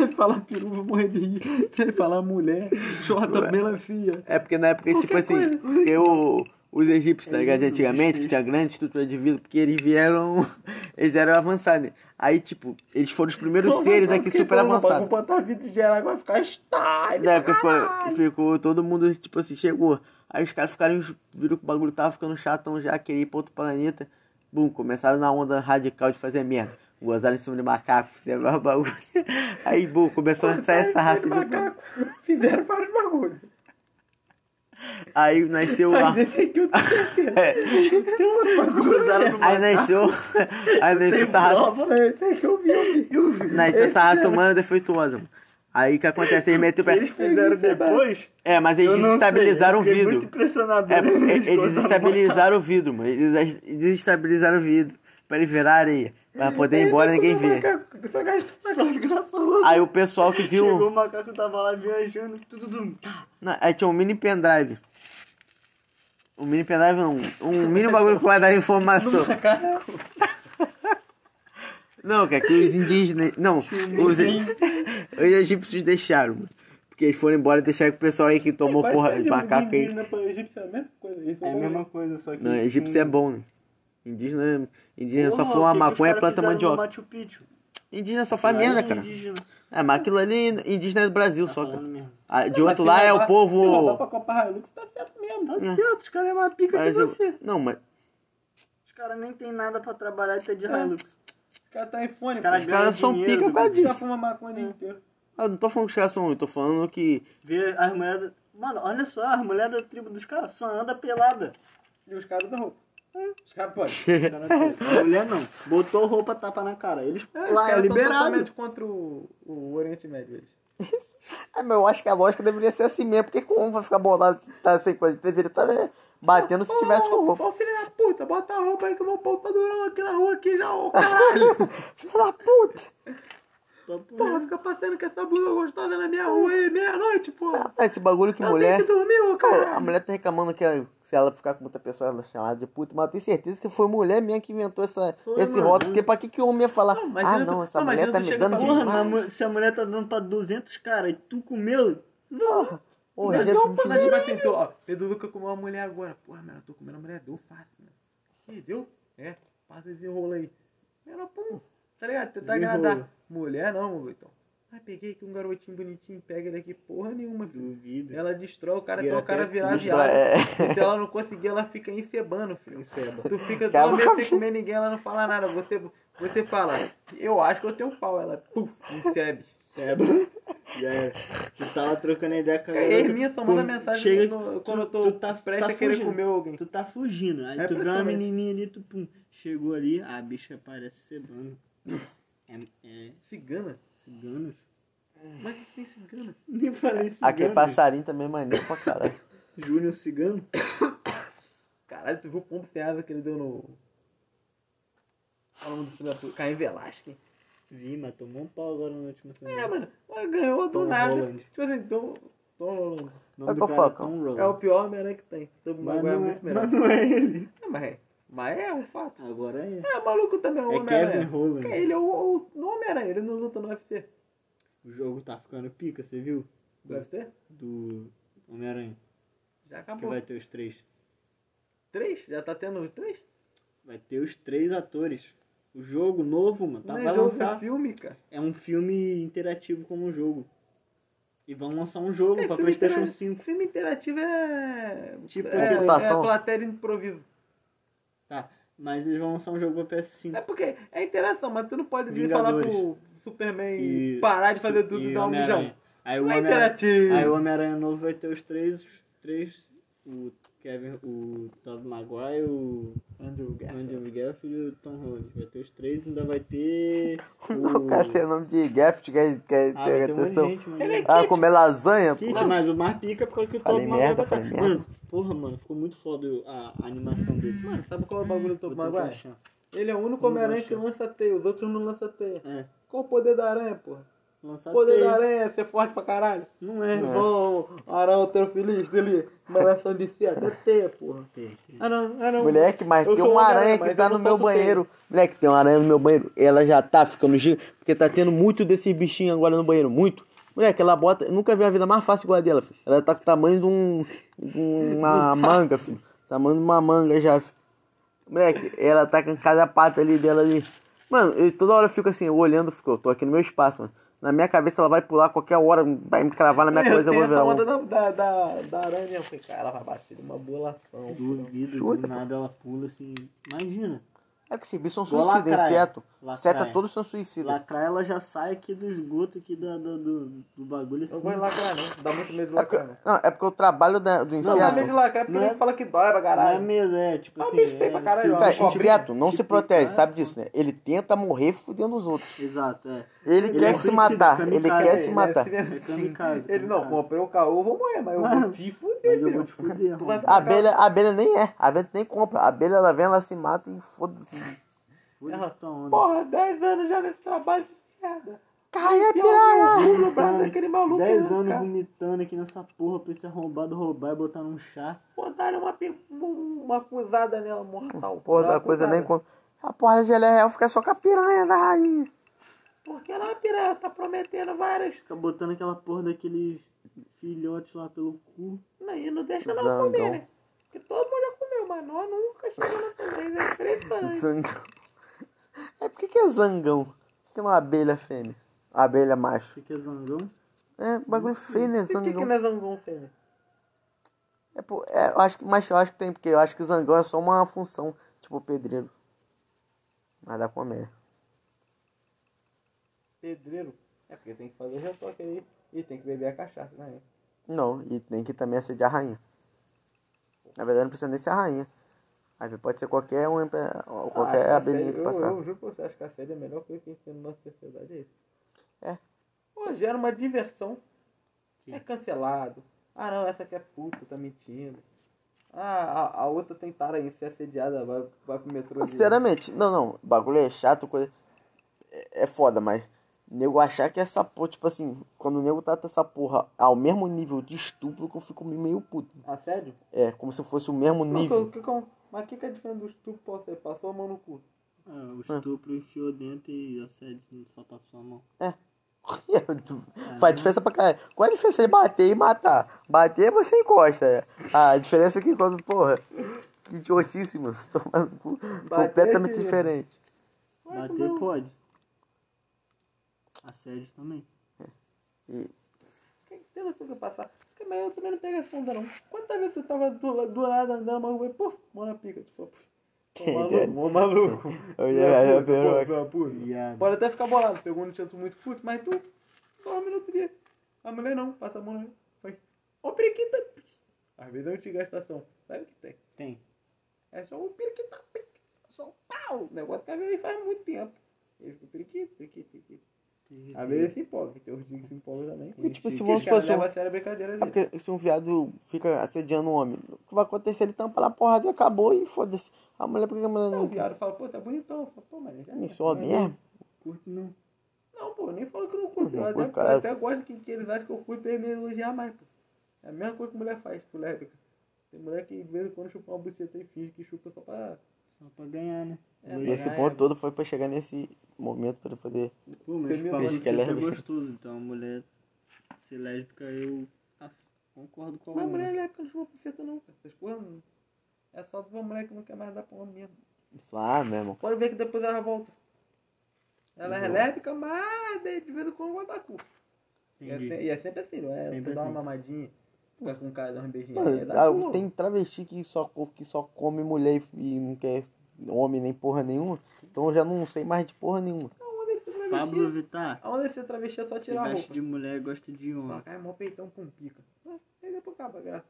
Speaker 2: Ele fala peru, vou morrer de rir. Ele fala mulher, chota, melancia.
Speaker 1: É porque na época, tipo assim, porque o- os egípcios, tá ligado, de antigamente, que tinha grande estrutura de vida, porque eles vieram. Eles eram avançados. Aí, tipo, eles foram os primeiros
Speaker 2: Não,
Speaker 1: seres
Speaker 2: mas
Speaker 1: aqui
Speaker 2: quem
Speaker 1: super
Speaker 2: for no
Speaker 1: avançados.
Speaker 2: banco botar vidro de geral vai ficar style.
Speaker 1: Na época ficou, ficou todo mundo, tipo assim, chegou. Aí os caras ficaram, viram que o bagulho tava ficando chatão já, queria ir pra outro planeta. Bum, começaram na onda radical de fazer merda. Gozaram em cima de macaco, fizeram vários bagulho. Aí, bum, começou a sair essa raça de
Speaker 2: macaco. Fizeram vários bagulhos.
Speaker 1: Aí nasceu lá.
Speaker 2: Mas esse aqui eu tô certeza.
Speaker 1: É.
Speaker 2: Tem uma bagulho. um
Speaker 1: Aí nasceu. Aí nasceu essa raça
Speaker 2: né? Esse aqui eu vi, eu vi. Eu vi.
Speaker 1: Não, isso é essa raça humana defeituosa, mano. Aí o que acontece? Eles metem o pé.
Speaker 4: Eles fizeram depois.
Speaker 1: É, mas eles
Speaker 4: eu não sei,
Speaker 1: desestabilizaram
Speaker 4: eu fiquei
Speaker 1: o vidro.
Speaker 4: muito impressionado.
Speaker 1: É, porque eles
Speaker 4: Quando a mãe-
Speaker 1: desestabilizaram o vidro, mano. Eles des- desestabilizaram o vidro pra ele virar areia. Pra poder ir embora ninguém via.
Speaker 2: Macaco, só gasta o
Speaker 4: Só
Speaker 2: macaco.
Speaker 4: desgraçado.
Speaker 1: Aí o pessoal que
Speaker 4: Chegou
Speaker 1: viu.
Speaker 4: o macaco tava lá viajando, tudo dum, tá.
Speaker 1: Não, aí tinha um mini pendrive. Um mini pendrive não. Um mini bagulho que guardava informação. Não, cara, que os indígenas. Não, os, os egípcios deixaram, mano. Porque eles foram embora e deixaram que o pessoal aí que tomou porra
Speaker 4: um
Speaker 1: de macaco aí.
Speaker 2: Egípcio é a mesma coisa. eles
Speaker 4: É a
Speaker 2: são
Speaker 4: mesma coisa, só que.
Speaker 1: Não, egípcio é bom, né? Indígena, indígena só
Speaker 4: Porra,
Speaker 1: foi uma
Speaker 4: o que que os
Speaker 1: maconha
Speaker 4: caras
Speaker 1: planta
Speaker 4: fizeram no
Speaker 1: mandioca.
Speaker 4: Machu Picchu?
Speaker 1: Indígena só faz
Speaker 4: Lá
Speaker 1: merda,
Speaker 4: é
Speaker 1: cara.
Speaker 4: indígena.
Speaker 1: É, mas aquilo ali indígena é do Brasil
Speaker 4: Tá
Speaker 1: só,
Speaker 4: falando
Speaker 1: cara.
Speaker 4: mesmo.
Speaker 1: Ah, de
Speaker 2: Mas
Speaker 1: outro
Speaker 2: se
Speaker 1: lá é
Speaker 2: levar-
Speaker 1: o
Speaker 2: Se levar pra
Speaker 1: povo.
Speaker 2: Copa Hilux, tá certo mesmo. Tá
Speaker 4: Tá
Speaker 2: certo.
Speaker 4: certo, os caras é mais pica
Speaker 1: Mas
Speaker 4: que
Speaker 1: eu-
Speaker 4: você.
Speaker 1: Não, mas.
Speaker 4: Os caras nem tem nada pra trabalhar e tá de
Speaker 2: É.
Speaker 4: Hilux.
Speaker 2: Os caras tá iPhone,
Speaker 4: caras
Speaker 1: Os
Speaker 4: ganham
Speaker 1: caras são
Speaker 4: dinheiro,
Speaker 1: pica por causa
Speaker 4: cara.
Speaker 2: Já
Speaker 1: disso.
Speaker 2: né? fuma maconha o dia inteiro.
Speaker 1: Eu não tô falando que os caras são ruins, tô falando que.
Speaker 4: Vê as mulheres. Mano, olha só, as mulheres da tribo dos caras só anda pelada.
Speaker 2: E os caras da roupa. Os caras podem. Os caras podem.
Speaker 4: A mulher não. Botou roupa, tapa na cara. Eles
Speaker 2: É,
Speaker 4: lá é liberado.
Speaker 2: contra o, o Oriente Médio. eles.
Speaker 1: Ah, meu, eu acho que a lógica deveria ser assim mesmo, porque com um vai ficar bolado, tá sem coisa, deveria estar batendo se tivesse com roupa.
Speaker 2: Ô, filho da puta, bota a roupa aí que eu vou pôr o durão aqui na rua aqui já, ô caralho.
Speaker 1: Filha da puta!
Speaker 2: porra, fica passando com essa blusa gostosa na minha rua aí, meia-noite, porra.
Speaker 1: Esse bagulho Ah, que
Speaker 2: Eu
Speaker 1: mulher.
Speaker 2: tenho que dormir, ô
Speaker 1: Pô,
Speaker 2: caralho.
Speaker 1: a mulher tá reclamando que ela- se ela ficar com outra pessoa, ela é chamada de puta, mas eu tenho certeza que foi mulher mesmo que inventou essa,
Speaker 4: Foi,
Speaker 1: esse
Speaker 4: mano.
Speaker 1: rótulo. Porque pra que, que o homem ia falar?
Speaker 2: Não, imagina
Speaker 1: ah,
Speaker 2: tu-
Speaker 1: não, essa
Speaker 2: não,
Speaker 1: mulher
Speaker 2: imagina
Speaker 1: tá
Speaker 2: tu
Speaker 1: me
Speaker 2: chega
Speaker 1: dando
Speaker 2: pra-
Speaker 4: Porra,
Speaker 1: demais.
Speaker 4: mas mu- se a mulher tá dando pra 200 caras e tu comeu. Porra.
Speaker 1: Ô,
Speaker 4: Mas
Speaker 1: já
Speaker 4: não,
Speaker 1: vi-
Speaker 4: pô,
Speaker 2: Mas tipo assim, tô, ó, Pedro Luca comeu uma mulher agora. Porra, mano, eu tô comendo uma mulher, deu fácil, mano. Ih, deu? É, passa esse rolo aí. Ela, pum, tá ligado? Tentar
Speaker 4: Desenrola.
Speaker 2: agradar. Mulher não, meu então. Ah, peguei aqui um garotinho bonitinho, pega ele aqui, porra nenhuma, filho.
Speaker 4: Duvido.
Speaker 2: Ela destrói o cara até
Speaker 4: Vira
Speaker 2: o cara
Speaker 4: até
Speaker 2: virar
Speaker 1: Mas
Speaker 2: viado.
Speaker 1: pra- é.
Speaker 2: E se ela não conseguir, ela fica encebando, filho.
Speaker 4: Enceba.
Speaker 2: Tu fica
Speaker 1: Cala
Speaker 2: toda
Speaker 1: a
Speaker 2: vez sem
Speaker 1: boca.
Speaker 2: comer ninguém, ela não fala nada. Você, você fala, eu acho que eu tenho pau. Ela, puf, encebe.
Speaker 4: Seba. Já era. Tu tava trocando ideia com a
Speaker 2: É,
Speaker 4: garota,
Speaker 2: Herminha só manda
Speaker 4: pô,
Speaker 2: mensagem
Speaker 4: chega,
Speaker 2: quando-
Speaker 4: tu-
Speaker 2: quando eu tô
Speaker 4: tu tá,
Speaker 2: prestes
Speaker 4: tá
Speaker 2: a querer
Speaker 4: fugindo.
Speaker 2: comer alguém.
Speaker 4: Tu tá fugindo. Aí
Speaker 2: É
Speaker 4: tu vê uma
Speaker 2: impressionante.
Speaker 4: menininha ali, tu pum. Chegou ali, a bicha parece cebando. É, é
Speaker 2: Cigana?
Speaker 4: ciganos?
Speaker 2: Mas que tem cigana?
Speaker 4: Nem falei cigano.
Speaker 1: Aquele passarinho também é maneiro pra caralho.
Speaker 4: Júnior cigano?
Speaker 2: Caralho, tu viu o pombo sem asa que ele deu no. Qual o nome do filho da puta? Caim Velasquez.
Speaker 4: Vi, mas tomou um pau agora no último semana.
Speaker 2: É, mano, mas ganhou do
Speaker 4: Tom
Speaker 2: nada.
Speaker 4: Holland.
Speaker 2: Tipo assim, Tom, Tom Holland.
Speaker 4: O nome
Speaker 1: É
Speaker 4: do
Speaker 1: qual
Speaker 4: cara
Speaker 1: foi,
Speaker 4: é
Speaker 1: Cão?
Speaker 2: É
Speaker 4: Tom
Speaker 2: o
Speaker 4: Roland.
Speaker 2: pior Homem-Aranha que tem. Todo mundo
Speaker 4: Mas
Speaker 2: agora é
Speaker 4: não é-
Speaker 2: muito melhor.
Speaker 4: mas não é ele.
Speaker 2: É, mas, é, mas é um fato.
Speaker 4: Agora é.
Speaker 2: É, maluco também é o
Speaker 4: É Kevin
Speaker 2: Homem-Aranha.
Speaker 4: Roland.
Speaker 2: É, ele é o, o Homem-Aranha, ele não luta no UFC.
Speaker 4: O jogo tá ficando pica, você viu?
Speaker 2: Do UFC?
Speaker 4: Do Homem-Aranha.
Speaker 2: Já
Speaker 4: Que
Speaker 2: acabou.
Speaker 4: vai ter os três.
Speaker 2: Três? Já tá tendo os três?
Speaker 4: Vai ter os três atores. O jogo novo, mano, tá,
Speaker 2: não
Speaker 4: vai
Speaker 2: é jogo,
Speaker 4: lançar.
Speaker 2: é filme, cara.
Speaker 4: É um filme interativo como um jogo. E vão lançar um jogo
Speaker 2: É
Speaker 4: pra
Speaker 2: filme
Speaker 4: Playstation
Speaker 2: intera-
Speaker 4: 5.
Speaker 2: Filme interativo é...
Speaker 4: Tipo,
Speaker 2: é,
Speaker 1: computação.
Speaker 2: é plateia de improviso.
Speaker 4: Tá. Mas eles vão lançar um jogo pra
Speaker 2: É
Speaker 4: PS5.
Speaker 2: porque é interação, mas tu não pode vir falar
Speaker 4: Vingadores.
Speaker 2: pro Superman
Speaker 4: E-
Speaker 2: parar de fazer tudo e dar um
Speaker 4: Homem-Aranha.
Speaker 2: mijão.
Speaker 4: Aí o
Speaker 2: Não é
Speaker 4: Homem-Aranha.
Speaker 2: interativo.
Speaker 4: Aí o Homem-Aranha novo vai ter os três. três o Kevin. O Tobey Maguire, o
Speaker 2: Andrew Garfield.
Speaker 4: Andrew Garfield e o Tom Holland. Vai ter os três ainda vai ter.
Speaker 1: O cara tem o nome de Gaft, que é- que é
Speaker 4: Ah, vai ter um monte de
Speaker 1: atenção.
Speaker 4: gente, mano.
Speaker 1: Ah, comer lasanha? pô.
Speaker 4: Kit, mas o mais pica é por causa que o
Speaker 1: Falei
Speaker 4: Top Mario
Speaker 1: merda,
Speaker 4: vai
Speaker 1: falei
Speaker 4: botar.
Speaker 1: merda.
Speaker 4: Mano, porra, mano, ficou muito foda a, a animação dele. Mano,
Speaker 2: Sabe qual é o bagulho do
Speaker 4: eu
Speaker 2: Tobey
Speaker 4: tô
Speaker 2: Maguire?
Speaker 4: achando.
Speaker 2: Ele é o único
Speaker 4: Não
Speaker 2: Homem-Aranha
Speaker 4: acho.
Speaker 2: que lança teia, os outros não lançam teia.
Speaker 4: É,
Speaker 2: Qual o poder da aranha, porra?
Speaker 4: lançar
Speaker 2: O poder da
Speaker 4: três.
Speaker 2: aranha é ser forte pra caralho.
Speaker 4: Não é,
Speaker 1: Não é.
Speaker 2: Vão, Arão, teu feliz, dele, manação de seta, é teia, porra. Ah não, ah não.
Speaker 1: Moleque, mas
Speaker 2: Eu
Speaker 1: tem
Speaker 2: sou
Speaker 1: uma aranha
Speaker 2: Homem-Aranha,
Speaker 1: que
Speaker 2: mas
Speaker 1: tá
Speaker 2: eu
Speaker 1: no
Speaker 2: não
Speaker 1: meu
Speaker 2: solto teia.
Speaker 1: banheiro. Moleque, tem uma aranha no meu banheiro. Ela já tá ficando giga, porque tá tendo muito desses bichinhos agora no banheiro, muito. Moleque, ela bota. Eu nunca vi uma vida mais fácil igual a dela, filho. Ela tá com o tamanho de, um, de uma manga, filho. Tamanho de uma manga já, filho. Moleque, ela tá com cada pata ali dela ali. Mano, eu, toda hora eu fico assim, eu olhando, eu fico, eu tô aqui no meu espaço, mano. Na minha cabeça ela vai pular qualquer hora, vai me cravar na minha
Speaker 2: eu
Speaker 1: coisa, eu
Speaker 2: tenho
Speaker 1: vou
Speaker 2: essa
Speaker 1: virar
Speaker 2: onda
Speaker 1: um.
Speaker 2: da, da, da, da aranha. Eu falei, cara, ela vai bater numa bolação.
Speaker 4: Duvido,
Speaker 1: Chuta,
Speaker 4: do nada ela pula assim. Imagina.
Speaker 1: É que esses bichos são
Speaker 4: Igual
Speaker 1: suicidas,
Speaker 4: lacraia.
Speaker 1: inseto. é
Speaker 4: Lacraia.
Speaker 1: Seta todos são suicidas.
Speaker 4: Lacrar ela já sai aqui do esgoto, aqui da, da- do, do bagulho assim.
Speaker 2: Não gosto de lacrar, não. né? Dá muito medo de
Speaker 1: É porque,
Speaker 2: lacrar, não.
Speaker 1: não, é porque o trabalho da- do
Speaker 2: Não dá medo
Speaker 1: inseto.
Speaker 2: de lacrar porque
Speaker 4: Não é-
Speaker 2: ele fala que dói pra
Speaker 4: Não é
Speaker 2: caralho.
Speaker 4: medo, é tipo
Speaker 2: É um
Speaker 4: assim.
Speaker 2: bicho feio pra caralho,
Speaker 4: se-
Speaker 2: ó.
Speaker 1: Cara,
Speaker 2: Ó,
Speaker 1: inseto não se
Speaker 4: tipo,
Speaker 1: protege,
Speaker 4: ah,
Speaker 1: sabe disso, né? Ele tenta morrer fudendo os outros.
Speaker 4: Exato, é.
Speaker 1: Ele,
Speaker 4: Ele é
Speaker 1: quer
Speaker 4: um
Speaker 1: se
Speaker 4: suicida,
Speaker 1: matar,
Speaker 4: kamikaze,
Speaker 1: ele
Speaker 4: ele
Speaker 1: quer
Speaker 4: é
Speaker 1: se matar.
Speaker 4: É kamikaze.
Speaker 2: Ele não,
Speaker 4: kamikaze.
Speaker 2: comprei o caô, eu vou morrer, mas eu vou
Speaker 4: Mas-
Speaker 2: te fuder,
Speaker 4: Mas eu vou
Speaker 2: filho.
Speaker 4: te fuder,
Speaker 2: Tu vai
Speaker 4: mano.
Speaker 1: A abelha, a abelha nem é, a abelha nem compra. A abelha ela vem, ela se mata e foda-se.
Speaker 4: Por isso
Speaker 2: tá
Speaker 4: tua onda.
Speaker 2: Porra, 10 anos já nesse trabalho de merda.
Speaker 1: Cai a
Speaker 2: Enfiar
Speaker 1: piranha!
Speaker 2: o meu burro no braço daquele maluco.
Speaker 4: 10 anos
Speaker 2: né, cara.
Speaker 4: vomitando aqui nessa porra pra esse arrombado roubar e botar num chá.
Speaker 2: Botaram uma, pi- um, uma acusada nela, mortal.
Speaker 1: Porra,
Speaker 2: Ela
Speaker 1: da coisa nem
Speaker 2: acusada.
Speaker 1: compra. A porra da geleia real fica só com a piranha da raiz.
Speaker 2: Porque ela é uma piranha, tá prometendo várias.
Speaker 4: Fica Tá botando aquela porra daqueles filhotes lá pelo cu.
Speaker 2: Não, E não deixa ela
Speaker 1: Zangão.
Speaker 2: comer, né? Porque todo mundo já comeu, mas nós nunca chegamos na comida. É impressionante.
Speaker 1: Zangão. É por que que é zangão? Por que que não é uma abelha fêmea? Abelha macho.
Speaker 4: Fica zangão.
Speaker 1: É, bagulho feio, né?
Speaker 2: E por que que
Speaker 1: Zangão.
Speaker 2: não é zangão, fêmea?
Speaker 1: É, pô, é, eu acho que, mas eu acho que tem, porque eu acho que zangão é só uma função, tipo pedreiro. Mas dá com a merda.
Speaker 2: Pedreiro. É porque tem que fazer o retoque aí. E tem que beber a cachaça, né?
Speaker 1: Não, e tem que também assediar a rainha. Na verdade, não precisa nem ser a rainha. Aí pode ser qualquer, um, qualquer
Speaker 2: Ah,
Speaker 1: abelhinha que
Speaker 2: eu-
Speaker 1: passar.
Speaker 2: Eu, juro pra você, acho que a série é a melhor coisa que a gente tem na nossa sociedade, é isso.
Speaker 1: É.
Speaker 2: Pô, gera uma diversão. É cancelado. Ah não, essa aqui é puta, tá mentindo. Ah, a, a outra tentaram aí ser assediada, vai, vai pro metrô. de-
Speaker 1: Sinceramente, não, não. O bagulho é chato, coisa. É, é foda, mas. Nego achar que essa porra, tipo assim, quando o nego trata essa porra ao mesmo nível de estupro que eu fico meio puto.
Speaker 2: Assédio?
Speaker 1: É, como se fosse o mesmo
Speaker 2: Não, que,
Speaker 1: nível.
Speaker 2: eu- que, que, eu- mas o que, que é diferente do estupro pra você? Passou a mão no cu.
Speaker 4: É, o estupro enfiou dentro e assédio só passou a mão.
Speaker 1: Faz diferença pra caralho. Qual é a diferença de bater e matar? Bater você encosta. é. A diferença é que quando, porra. Que idiotíssimo. Tomar no cu. completamente
Speaker 2: filho.
Speaker 1: diferente.
Speaker 4: Bater pode. Assédio também.
Speaker 1: E,
Speaker 2: Quem tem noção que eu passar? Porque, Mas eu também não peguei fundo, não. Quantas vezes tu tava do, do nada andando, mas eu, puf, mão na pica. Tu falou, puf. Ô, maluco, ô, maluco.
Speaker 1: É, né? Eu
Speaker 2: Filha
Speaker 1: já- já
Speaker 2: puta,
Speaker 1: perou.
Speaker 2: pô, filha puta.
Speaker 4: Viado.
Speaker 2: Pode até ficar bolado, pegou um chance muito puto, mas tu dorme no outro dia. A mulher não, passa a mão né? Foi. Ô, periquita! Às vezes eu te gastação. Sabe o que tem?
Speaker 4: Tem.
Speaker 2: É só um periquita, periquita, só um pau. O negócio que às vezes faz muito tempo. Ele fica periquito, periquito, periquito. Às vezes ele se empolga, tem outros dias que se empolga também.
Speaker 1: e, tipo, se
Speaker 2: Que
Speaker 1: vamos
Speaker 2: os caras
Speaker 1: supor.
Speaker 2: levam a sério a brincadeira
Speaker 1: É
Speaker 2: dele.
Speaker 1: porque se um viado fica assediando um homem, o que vai acontecer? Ele tampa na porrada e acabou e foda-se. A mulher, por que a mulher
Speaker 2: Não, o
Speaker 1: não
Speaker 2: viado fala, pô, tá bonitão. Fala, pô, mas já
Speaker 1: me
Speaker 2: é.
Speaker 1: sobe mesmo?
Speaker 4: Curto não.
Speaker 2: Não, pô, nem falo que eu não curto.
Speaker 1: Não
Speaker 2: Eu até,
Speaker 1: curto, cara.
Speaker 2: eu até gosto que, que eles acham que eu curto pra eles me elogiar mais, pô. É a mesma coisa que mulher faz, mulher. fica- Tem mulher que de vez em quando chupa uma buceta e finge que chupa só pra.
Speaker 4: Só pra ganhar, né?
Speaker 2: É,
Speaker 1: E esse
Speaker 2: é,
Speaker 1: ponto todo foi pra chegar nesse momento pra ele poder.
Speaker 4: Pô, mas
Speaker 2: Tem
Speaker 4: pra
Speaker 1: medo.
Speaker 4: você
Speaker 1: Acho que é
Speaker 4: é
Speaker 1: lésbica.
Speaker 4: gostoso, então mulher ser lésbica eu ah, concordo com a
Speaker 2: Mas
Speaker 4: Ana.
Speaker 2: mulher não é porque não chupa buceta, não, cara. Essas porra não. É só de uma mulher que não quer mais dar pra homem mesmo.
Speaker 1: Ah, meu irmão.
Speaker 2: Pode ver que depois ela volta. Ela é
Speaker 1: Boa.
Speaker 2: lésbica, mas de de vez em quando vai dar cu. E é,
Speaker 4: Entendi.
Speaker 2: se- e é sempre assim, não é?
Speaker 4: Sempre
Speaker 2: você dá uma
Speaker 4: assim.
Speaker 2: mamadinha, fica com o cara, dá um
Speaker 4: É
Speaker 2: beijinho.
Speaker 1: Mano,
Speaker 2: aí dá
Speaker 1: ah,
Speaker 2: cu, logo.
Speaker 1: tem travesti que só, co- que só come mulher e- e não quer homem nem porra nenhuma. Então eu já não sei mais de porra nenhuma.
Speaker 2: Aonde ele se travesti?
Speaker 4: Pablo Vittar
Speaker 2: Aonde ele se travesti é só
Speaker 4: se
Speaker 2: tirar a roupa.
Speaker 4: veste de mulher e gosta de
Speaker 2: Fala,
Speaker 4: homem.
Speaker 2: cara, é mó peitão com pica. Ah, Aí depois acaba, graça.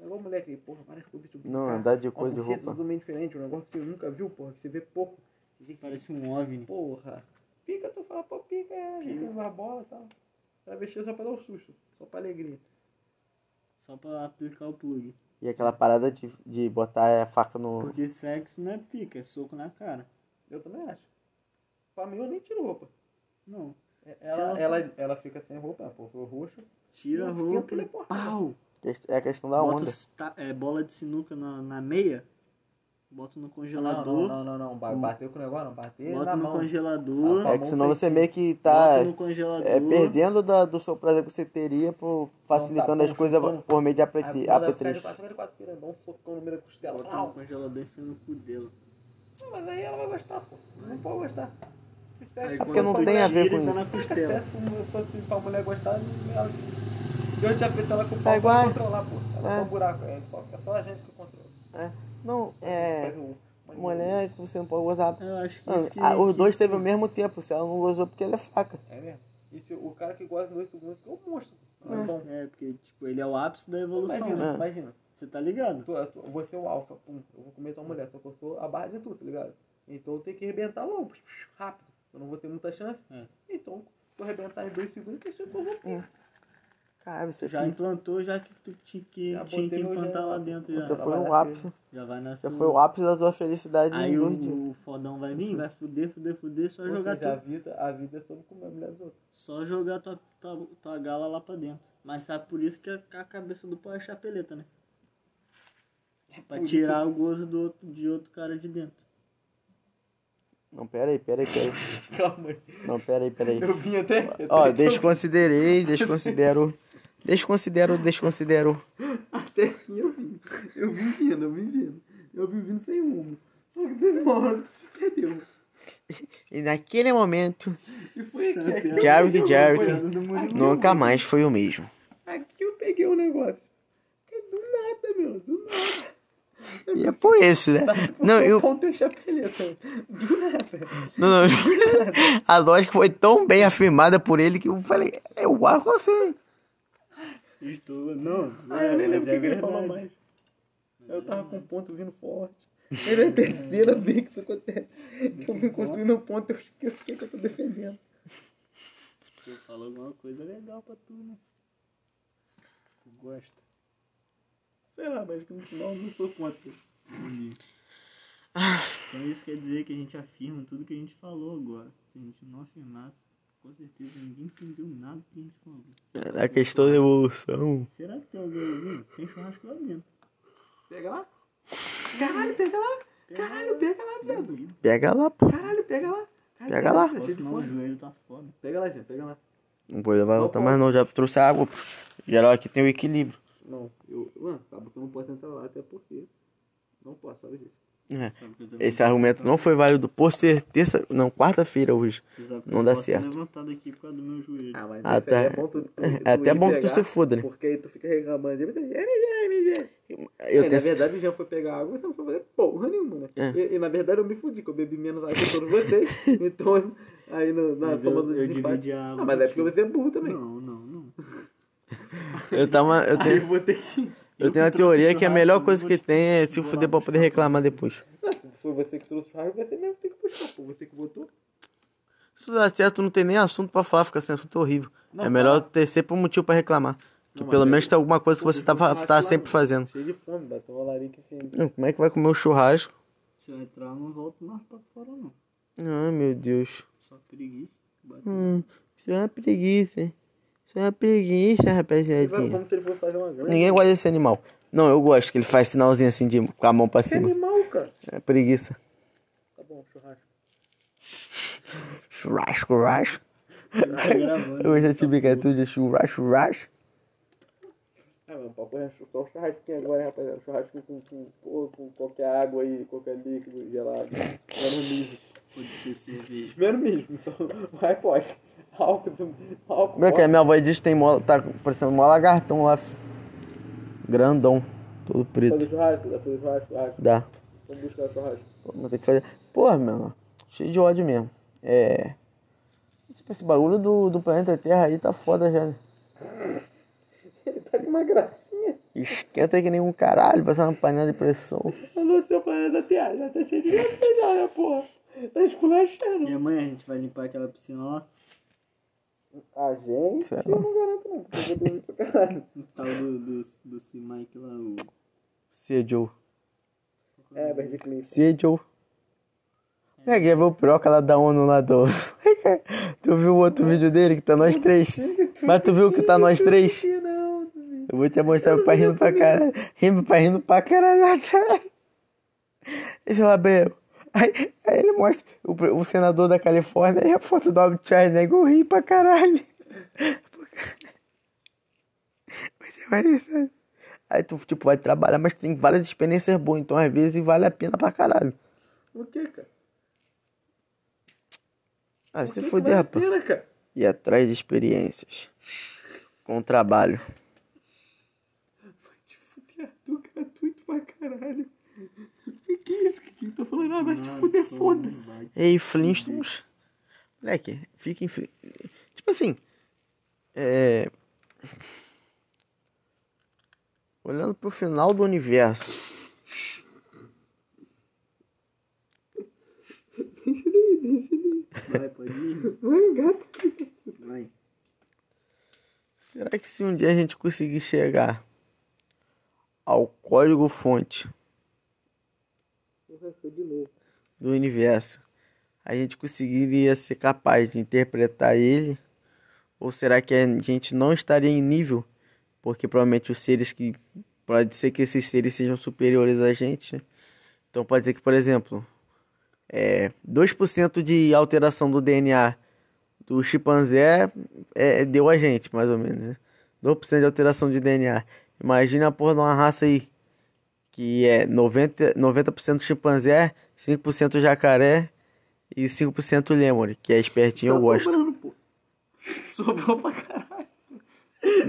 Speaker 2: É igual moleque aí, porra, várias coisas tu
Speaker 1: Não,
Speaker 2: cara,
Speaker 1: andar de
Speaker 2: uma
Speaker 1: coisa de
Speaker 2: buceta
Speaker 1: roupa.
Speaker 2: é totalmente diferente, um negócio que você nunca viu, porra, que você vê pouco. E tem que parecer,
Speaker 4: Parece um OVNI.
Speaker 2: porra, pica, tu fala, pô, pica, é, já tem barbola e tal. Travesti é só pra dar o susto, só pra alegria.
Speaker 4: Só pra aplicar o plug.
Speaker 1: E aquela parada de, de botar a faca no.
Speaker 4: Porque sexo não é pica, é soco na cara.
Speaker 2: Eu também acho. Pra mim, eu nem tiro roupa.
Speaker 4: Não.
Speaker 2: É-
Speaker 4: Se
Speaker 2: Ela,
Speaker 4: ela-
Speaker 2: ela, ela fica sem roupa, pô, foi roxo.
Speaker 4: Tira a
Speaker 2: Eu
Speaker 4: roupa
Speaker 2: sinto ele
Speaker 4: e
Speaker 2: porrada.
Speaker 4: pau.
Speaker 1: É a questão da
Speaker 4: Bota
Speaker 1: onda.
Speaker 4: os ta- é, bola de sinuca na, na meia. Bota no
Speaker 2: Não,
Speaker 4: congelador.
Speaker 2: não, não, não, não, ba- bateu com o negócio, não, bateu
Speaker 4: Hum. Bota
Speaker 2: na
Speaker 4: no
Speaker 2: mão.
Speaker 4: congelador.
Speaker 2: Ah,
Speaker 1: É que senão você meio que tá.
Speaker 4: Bota no congelador.
Speaker 1: É, perdendo da- do seu prazer que você teria por facilitando
Speaker 2: bom,
Speaker 4: tá
Speaker 1: as coisas
Speaker 2: chupão.
Speaker 1: por meio de
Speaker 2: Aí,
Speaker 1: aprete-
Speaker 2: quando ela ficar de
Speaker 1: apetrecho.
Speaker 2: quatro, fica de quatro, pirando, dá um socão no meio da costela.
Speaker 4: Bota no congelador e enfia no cu dela.
Speaker 2: Não, mas aí ela vai gostar, pô. Não pode gostar.
Speaker 1: É porque não tem a ver com
Speaker 4: Tá
Speaker 1: isso.
Speaker 4: na costela.
Speaker 2: Como se fosse pra mulher gostar, não ela. Deus tinha feito ela com o pau
Speaker 1: É igual-
Speaker 2: pra controlar, pô. Ela é
Speaker 1: É.
Speaker 2: um buraco, é só, é só a gente que controla.
Speaker 1: Não, é.
Speaker 2: Faz um- faz um-
Speaker 1: Mulher é que você não pode gozar.
Speaker 4: Eu acho que,
Speaker 1: Mano,
Speaker 4: isso que-
Speaker 1: ah, os
Speaker 4: que-
Speaker 1: dois teve o mesmo tempo. Se ela não gozou porque ela é fraca.
Speaker 2: É mesmo? E se o cara que gosta de dois segundos é um monstro.
Speaker 4: Ah, bom, É, porque tipo, ele é o ápice da evolução.
Speaker 2: Imagina,
Speaker 1: né?
Speaker 2: imagina.
Speaker 4: Você tá ligado?
Speaker 2: Tu, tu, você é o alfa, pum, eu vou comer tua mulher, só que eu sou a barra de tudo, tá ligado? Então eu tenho que arrebentar logo, rápido. Eu não vou ter muita chance.
Speaker 4: É.
Speaker 2: Então, se eu arrebentar em dois segundos, eu estou corrompido.
Speaker 1: Caralho, você,
Speaker 4: Já implantou, já que tu tinha que,
Speaker 2: Já
Speaker 4: tinha que
Speaker 2: botei no
Speaker 4: implantar
Speaker 2: gel.
Speaker 4: lá dentro. Já,
Speaker 1: você foi
Speaker 2: trabalhar
Speaker 1: um
Speaker 2: com
Speaker 1: ápice.
Speaker 4: já vai nascer. um
Speaker 1: Você foi o ápice da sua felicidade em
Speaker 4: Aí
Speaker 1: dois dias.
Speaker 4: o, o fodão vai vir, vai fuder, fuder, fuder, só
Speaker 2: Ou
Speaker 4: jogar
Speaker 2: seja, a
Speaker 4: teu,
Speaker 2: vida, a vida é sobre comer a mulher dos outros.
Speaker 4: só jogar tua, tua, tua gala lá pra dentro. Mas sabe por isso que a, a cabeça do pau é chapeleta, né? Pra
Speaker 2: por isso.
Speaker 4: tirar o gozo do outro, de outro cara de dentro.
Speaker 1: Não, pera aí, pera aí, pera aí.
Speaker 2: Calma aí.
Speaker 1: Não, pera aí, pera aí.
Speaker 2: Eu vim até. tá
Speaker 1: Ó, desconsiderei, desconsidero. Desconsidero, desconsidero.
Speaker 2: Até assim eu vim. Eu vim vindo, eu vim vindo. Eu vim vindo sem rumo. Só que teve uma hora que se perdeu.
Speaker 1: E naquele momento,
Speaker 2: E foi aqui. aqui eu
Speaker 1: Jarek
Speaker 2: peguei o
Speaker 1: Jarek
Speaker 2: negócio. Aqui eu-
Speaker 1: nunca mais foi o mesmo.
Speaker 2: Aqui eu peguei o negócio. Porque do nada, meu. Do nada.
Speaker 1: E é por isso, né? Não, eu,
Speaker 2: Com o teu chapeleta. Do nada.
Speaker 1: não, não. A lógica foi tão bem afirmada por ele que eu falei, "É, eu acho que você.
Speaker 4: Estou, não.
Speaker 2: Ah, eu nem
Speaker 4: mas
Speaker 2: lembro o
Speaker 4: é
Speaker 2: que que ele falou
Speaker 4: verdade.
Speaker 2: mais. Eu tava com um ponto vindo forte. Ele é a terceira vez que isso acontece. Que eu vim construindo meu ponto, eu esqueço o que, que eu tô defendendo.
Speaker 4: Você falou alguma coisa legal pra tu, né? Tu gosta.
Speaker 2: Sei lá, mas que no final eu não sou contra.
Speaker 4: Então isso quer dizer que a gente afirma tudo que a gente falou agora. Se a gente não afirmasse, com certeza ninguém entendeu nada que a gente falou.
Speaker 1: A questão da evolução.
Speaker 4: Será que tem alguém ouvindo? Tem churrasco lá dentro.
Speaker 2: Pega lá. Caralho, pega lá. Caralho, pega lá, viado.
Speaker 1: Pega lá, pô.
Speaker 2: Caralho, pega lá. Caralho,
Speaker 1: Pega lá.
Speaker 2: gente,
Speaker 4: Ou
Speaker 2: cheio de
Speaker 4: senão o
Speaker 2: fome.
Speaker 4: joelho tá foda.
Speaker 2: Pega lá, gente, pega lá.
Speaker 1: Não vou levar outra mais não, já trouxe água. pô. Geral aqui tem o equilíbrio.
Speaker 2: Não, eu. Mano, sabe que eu não posso entrar lá, até porque. Não posso, sabe disso.
Speaker 1: É.
Speaker 4: Sabe que eu também-
Speaker 1: Esse argumento não foi válido por ser terça. Não, quarta-feira hoje.
Speaker 4: Sabe que
Speaker 1: não
Speaker 4: eu
Speaker 1: dá
Speaker 4: posso ter
Speaker 1: certo.
Speaker 4: levantado aqui por causa do meu joelho.
Speaker 2: Ah, mas
Speaker 1: Ah,
Speaker 2: isso aí
Speaker 1: tá.
Speaker 2: é bom tu, tu-
Speaker 1: É
Speaker 2: tu
Speaker 1: até
Speaker 2: ir
Speaker 1: bom que tu
Speaker 2: pegar,
Speaker 1: se foda, né?
Speaker 2: Porque aí tu fica reclamando. "Ih, mas é, mas é, mas é".
Speaker 1: Eu
Speaker 2: É,
Speaker 1: tenho
Speaker 2: Na verdade, o Jean foi pegar água, mas não foi fazer porra nenhuma, né?
Speaker 1: É.
Speaker 2: E, e, na verdade eu me fudi, que eu bebi menos água que todos vocês. Então, aí no, na
Speaker 4: Mas eu-
Speaker 2: soma do
Speaker 4: eu
Speaker 2: desempate-
Speaker 4: dividi a água
Speaker 2: Ah, mas é porque você é burro também.
Speaker 4: Não, não, não.
Speaker 1: Eu, tava, eu
Speaker 4: Aí
Speaker 1: tenho,
Speaker 4: eu vou ter que.
Speaker 1: eu tenho a
Speaker 4: que trouxe
Speaker 1: teoria que a
Speaker 4: churrasco,
Speaker 1: melhor
Speaker 4: eu
Speaker 1: coisa
Speaker 4: vou
Speaker 1: que
Speaker 4: te-
Speaker 1: tem é se fuder pra poder reclamar depois.
Speaker 2: Se foi você que trouxe o churrasco, você mesmo tem que puxar, pô. Você que botou.
Speaker 1: Se não dá certo, não tem nem assunto pra falar, fica sem assunto horrível.
Speaker 2: Não,
Speaker 1: é melhor ter sempre um motivo pra reclamar. Que pelo menos tem alguma coisa que você tá, fa- tá sempre fazendo.
Speaker 2: Cheio de fome, bateu uma larica assim.
Speaker 1: Não, como é que vai comer o churrasco?
Speaker 4: Se eu entrar, eu não volto mais pra fora, não.
Speaker 1: Ai, meu Deus.
Speaker 4: Só preguiça. Bateu.
Speaker 1: Hum, isso é uma preguiça. Isso é uma preguiça,
Speaker 2: Vai
Speaker 1: rapaziadinha.
Speaker 2: Como se ele fosse fazer uma grande.
Speaker 1: Ninguém gosta desse animal. Não, eu gosto que ele faz sinalzinho assim de, com a mão pra
Speaker 2: Que
Speaker 1: cima.
Speaker 2: animal, cara.
Speaker 1: É preguiça.
Speaker 2: Tá bom, churrasco.
Speaker 1: Churrasco, churrasco.
Speaker 4: Eu tô gravando.
Speaker 1: Eu já te bica tudo de churrasco, churrasco.
Speaker 2: Ah, meu, o papo é só o churrasquinho agora, hein, rapaziada. Churrasco com, com, com, com qualquer água aí, qualquer líquido gelado. Menos milho.
Speaker 4: Pode ser cerveja.
Speaker 2: Menos milho. Então, vai, pode. Álcool do. Álcool.
Speaker 1: Como é que é? Minha avó diz que tem mó, tá parecendo mó lagartão lá. fi. Grandão. Todo
Speaker 2: Fazer
Speaker 1: preto.
Speaker 2: churrasco, dá pra fazer churrasco, churrasco.
Speaker 1: Dá.
Speaker 2: Vamos buscar churrasco.
Speaker 1: Pô, Vou ter que fazer. Porra, mano. Cheio de ódio mesmo. É. Tipo, esse bagulho do, do planeta Terra aí tá foda já, né?
Speaker 2: Ele tá de uma gracinha.
Speaker 1: Esquenta que nem um caralho, passando uma panela de pressão.
Speaker 2: Alô, seu planeta Terra, já tá cheio de gracinha já, né, porra? Tá esculachando.
Speaker 4: E amanhã a gente vai limpar aquela piscina lá.
Speaker 2: A gente,
Speaker 1: Sei lá.
Speaker 2: eu não garanto não, porque eu vou dormir pra caralho.
Speaker 4: O tal do, do, do Simike lá. O...
Speaker 1: Cia Joe.
Speaker 2: É, Bert Cliff.
Speaker 1: Cia Joe. É, quer ver o piroca lá da ONU lá do. tu viu o outro vídeo dele que tá nós três? Mas tu viu que tá nós três?
Speaker 2: Não, não.
Speaker 1: Eu vou te mostrar o pai rindo pra caralho. Rindo pra rindo pra caralho. Deixa eu abrir. Aí, aí ele mostra o, pre- o senador da Califórnia e a foto do Albert Schwarzenegger. Eu ri pra caralho. Você vai- é Aí tu, tipo, vai trabalhar, mas tem várias experiências boas. Então, às vezes, vale a pena pra caralho.
Speaker 2: O que, cara?
Speaker 1: Ah,
Speaker 3: Por
Speaker 1: se
Speaker 3: que que
Speaker 1: fuder,
Speaker 3: vale a
Speaker 1: rapaz.
Speaker 3: pena, cara?
Speaker 1: E atrás de experiências. Com trabalho.
Speaker 3: Te fuder, tu gratuito pra caralho. Que que é isso? Que que tá falando? Ah, vai te fuder, foda-se.
Speaker 4: Vai
Speaker 1: Ei, Flintstones. Moleque, fiquem. fli- Tipo assim. É. Olhando pro final do universo.
Speaker 4: Vai, pode ir.
Speaker 2: Vai, gato.
Speaker 4: Vai.
Speaker 1: Será que se um dia a gente conseguir chegar ao código-fonte
Speaker 2: Arrancou de novo.
Speaker 1: do universo, a gente conseguiria ser capaz de interpretar ele? Ou será que a gente não estaria em nível? Porque provavelmente os seres que. Pode ser que esses seres sejam superiores a gente. né? Então pode ser que, por exemplo, é, 2% de alteração do DNA do chimpanzé é, deu a gente, mais ou menos. Né? 2% de alteração de DNA. Imagina a porra de uma raça aí. Que é 90%, 90 chimpanzé, 5% jacaré e 5% lêmure, que é espertinho, eu gosto.
Speaker 4: Tá Sobrando, pô. Sobrou pra caralho.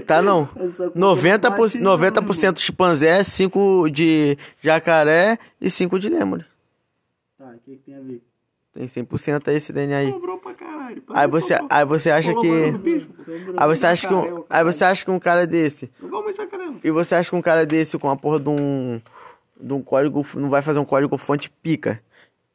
Speaker 1: Tá não.
Speaker 4: Essa
Speaker 1: 90%, por,
Speaker 4: bate não,
Speaker 1: 90 chimpanzé, 5 de jacaré e 5 de lêmure.
Speaker 4: Tá, o que, que tem a ver?
Speaker 1: Tem 100% aí esse DNA aí.
Speaker 3: Sobrou pra caralho. Pra
Speaker 1: Aí
Speaker 3: mim,
Speaker 1: você,
Speaker 3: sobrou.
Speaker 1: aí você acha
Speaker 3: Pô,
Speaker 1: que.
Speaker 3: mano, bicho.
Speaker 4: Sobrou.
Speaker 1: Aí você acha que um, aí você acha que um cara desse.
Speaker 3: Igual uma jacaré.
Speaker 1: E você acha que um cara desse com a porra de um. De um código. Não vai fazer um código fonte pica.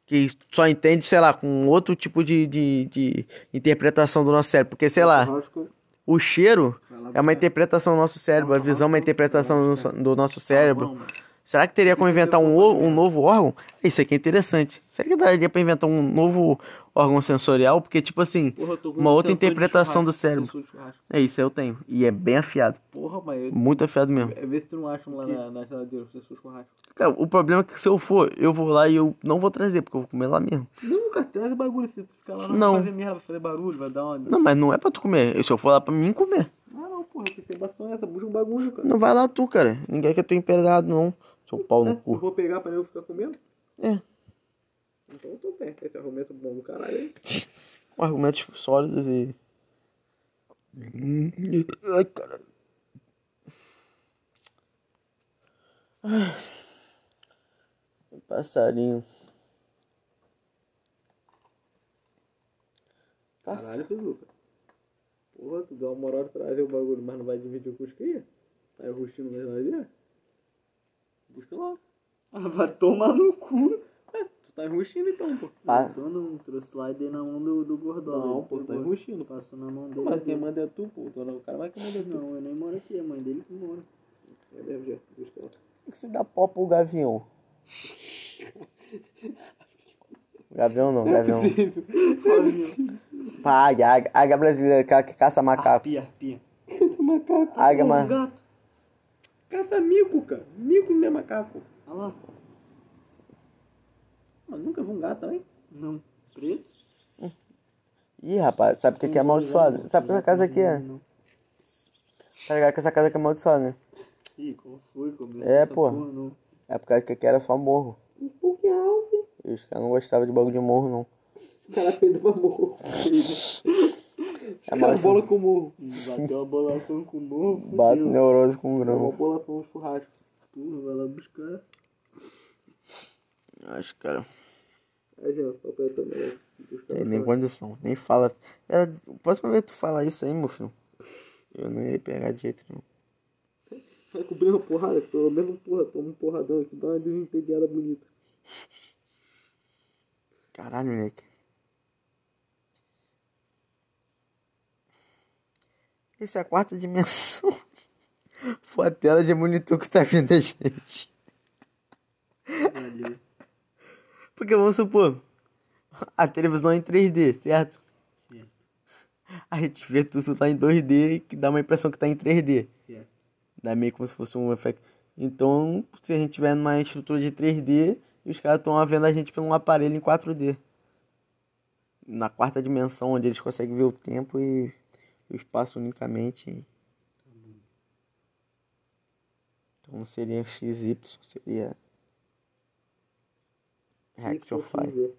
Speaker 1: Que só entende, sei lá, com outro tipo de, de, de interpretação do nosso cérebro. Porque, sei
Speaker 2: Ah.
Speaker 1: lá,
Speaker 4: Roscoe,
Speaker 1: o cheiro
Speaker 4: vai lá
Speaker 1: é uma
Speaker 4: buscar.
Speaker 1: interpretação do nosso cérebro. A visão é
Speaker 4: um
Speaker 1: uma interpretação do nosso- do nosso cérebro.
Speaker 4: Tá bom, mano.
Speaker 1: Será que teria como inventar um, o- um novo órgão? Isso aqui é interessante. Será que daria pra inventar um novo órgão sensorial? Porque, tipo assim,
Speaker 4: Porra, eu tô com
Speaker 1: Uma
Speaker 4: um
Speaker 1: outra
Speaker 4: sensor de
Speaker 1: interpretação do
Speaker 4: churrasco,
Speaker 1: cérebro.
Speaker 4: sensor de churrasco.
Speaker 1: é isso, eu tenho. E é bem afiado.
Speaker 4: Porra, mas eu-
Speaker 1: Muito afiado mesmo.
Speaker 4: é ver se tu não acha um lá na, na geladeira, o sensor de churrasco.
Speaker 1: Cara, o problema é que se eu for, eu vou lá e eu não vou trazer, porque eu vou comer lá mesmo.
Speaker 4: Não, cara, traz o bagulho, se tu ficar lá, não,
Speaker 1: Não.
Speaker 4: vai fazer merda, vai fazer barulho, vai dar uma...
Speaker 1: Não, mas não é pra tu comer. Se eu for lá pra mim comer.
Speaker 4: Ah, não, porra, que cebação é essa? Busca um bagulho, cara.
Speaker 1: Não vai lá tu, cara. Ninguém quer tu empedado, não. Seu pau no
Speaker 4: Eu
Speaker 1: cu.
Speaker 4: vou pegar pra eu ficar comendo?
Speaker 1: É.
Speaker 4: Então eu tô bem, esse argumento bom do caralho aí.
Speaker 1: Com argumentos sólidos e. Ai, cara. Ai. Passarinho.
Speaker 4: Caralho, Pezuca. Porra, tu deu uma moral de trazer o bagulho, mas não vai dividir com os cria? Aí o Rustino na geladeira? Busca lá. Ah, vai tomar no cu. É, tu tá enrustindo então, pô.
Speaker 1: Ah.
Speaker 4: Então não trouxe lá e dei na mão do, do gordola.
Speaker 3: Não, pô, tá
Speaker 4: enrustindo. Passou na mão dele.
Speaker 3: Mas quem manda é tu,
Speaker 2: Então,
Speaker 3: pô. O cara vai que
Speaker 2: assim?
Speaker 3: manda é tu.
Speaker 4: Não, eu nem moro aqui, é a mãe dele que mora. É mesmo, já. Busca lá.
Speaker 1: Por que você dá pó pro gavião? Gavião não,
Speaker 4: é
Speaker 1: gavião. Pá, águia, águia, águia brasileira, aquela que caça macaco.
Speaker 4: Arpia, arpia.
Speaker 1: Águia,
Speaker 4: Pô, um
Speaker 1: mas.
Speaker 4: gato.
Speaker 3: Caça mico, cara. Mico não é macaco.
Speaker 4: Olha lá.
Speaker 3: Mano, nunca vi um gato, hein?
Speaker 4: Não. Preto?
Speaker 1: Ih, rapaz, sabe o que aqui é amaldiçoado? Sabe que essa casa aqui é?
Speaker 4: Não.
Speaker 1: Tá ligado que essa casa aqui é amaldiçoada, né?
Speaker 4: Ih, qual foi? Começou
Speaker 1: É,
Speaker 4: essa
Speaker 1: porra.
Speaker 4: não.
Speaker 1: É por causa que aqui era só morro.
Speaker 2: O que é alvo?
Speaker 1: E os caras não gostavam de bagulho de morro, não.
Speaker 2: O cara peidou pra morro.
Speaker 1: É amaldiçoado.
Speaker 2: com o morro.
Speaker 4: Bateu a bolação com o morro.
Speaker 1: Bato
Speaker 4: fudeu.
Speaker 1: neurose com
Speaker 2: Uma
Speaker 1: grama.
Speaker 2: bola com um churrasco.
Speaker 4: Porra, vai lá buscar.
Speaker 1: Acho, cara,
Speaker 4: É,
Speaker 2: Aí, gente, papai
Speaker 4: tá
Speaker 2: também.
Speaker 1: tem nem condição. Nem fala. Cara, a próxima vez que tu falar isso aí, meu filho, eu não irei pegar de jeito nenhum.
Speaker 2: Vai cobrir uma porrada, que pelo menos, porra, toma um porradão aqui, dá uma desentediada bonita.
Speaker 1: Caralho, moleque. Isso é a quarta dimensão. Foi a tela de monitor que tá vindo a gente.
Speaker 4: Valeu.
Speaker 1: Porque vamos supor, a televisão é em 3D, certo?
Speaker 4: Certo.
Speaker 1: A gente vê tudo lá em 2D que dá uma impressão que tá em 3D.
Speaker 4: Certo.
Speaker 1: Dá meio como se fosse um efeito. Então, se a gente tiver numa estrutura de 3D, e os caras estão vendo a gente por um aparelho em 4D. Na quarta dimensão, onde eles conseguem ver o tempo e o espaço unicamente. Então não seria XY, seria. Rectify.
Speaker 2: Isso que eu quis dizer.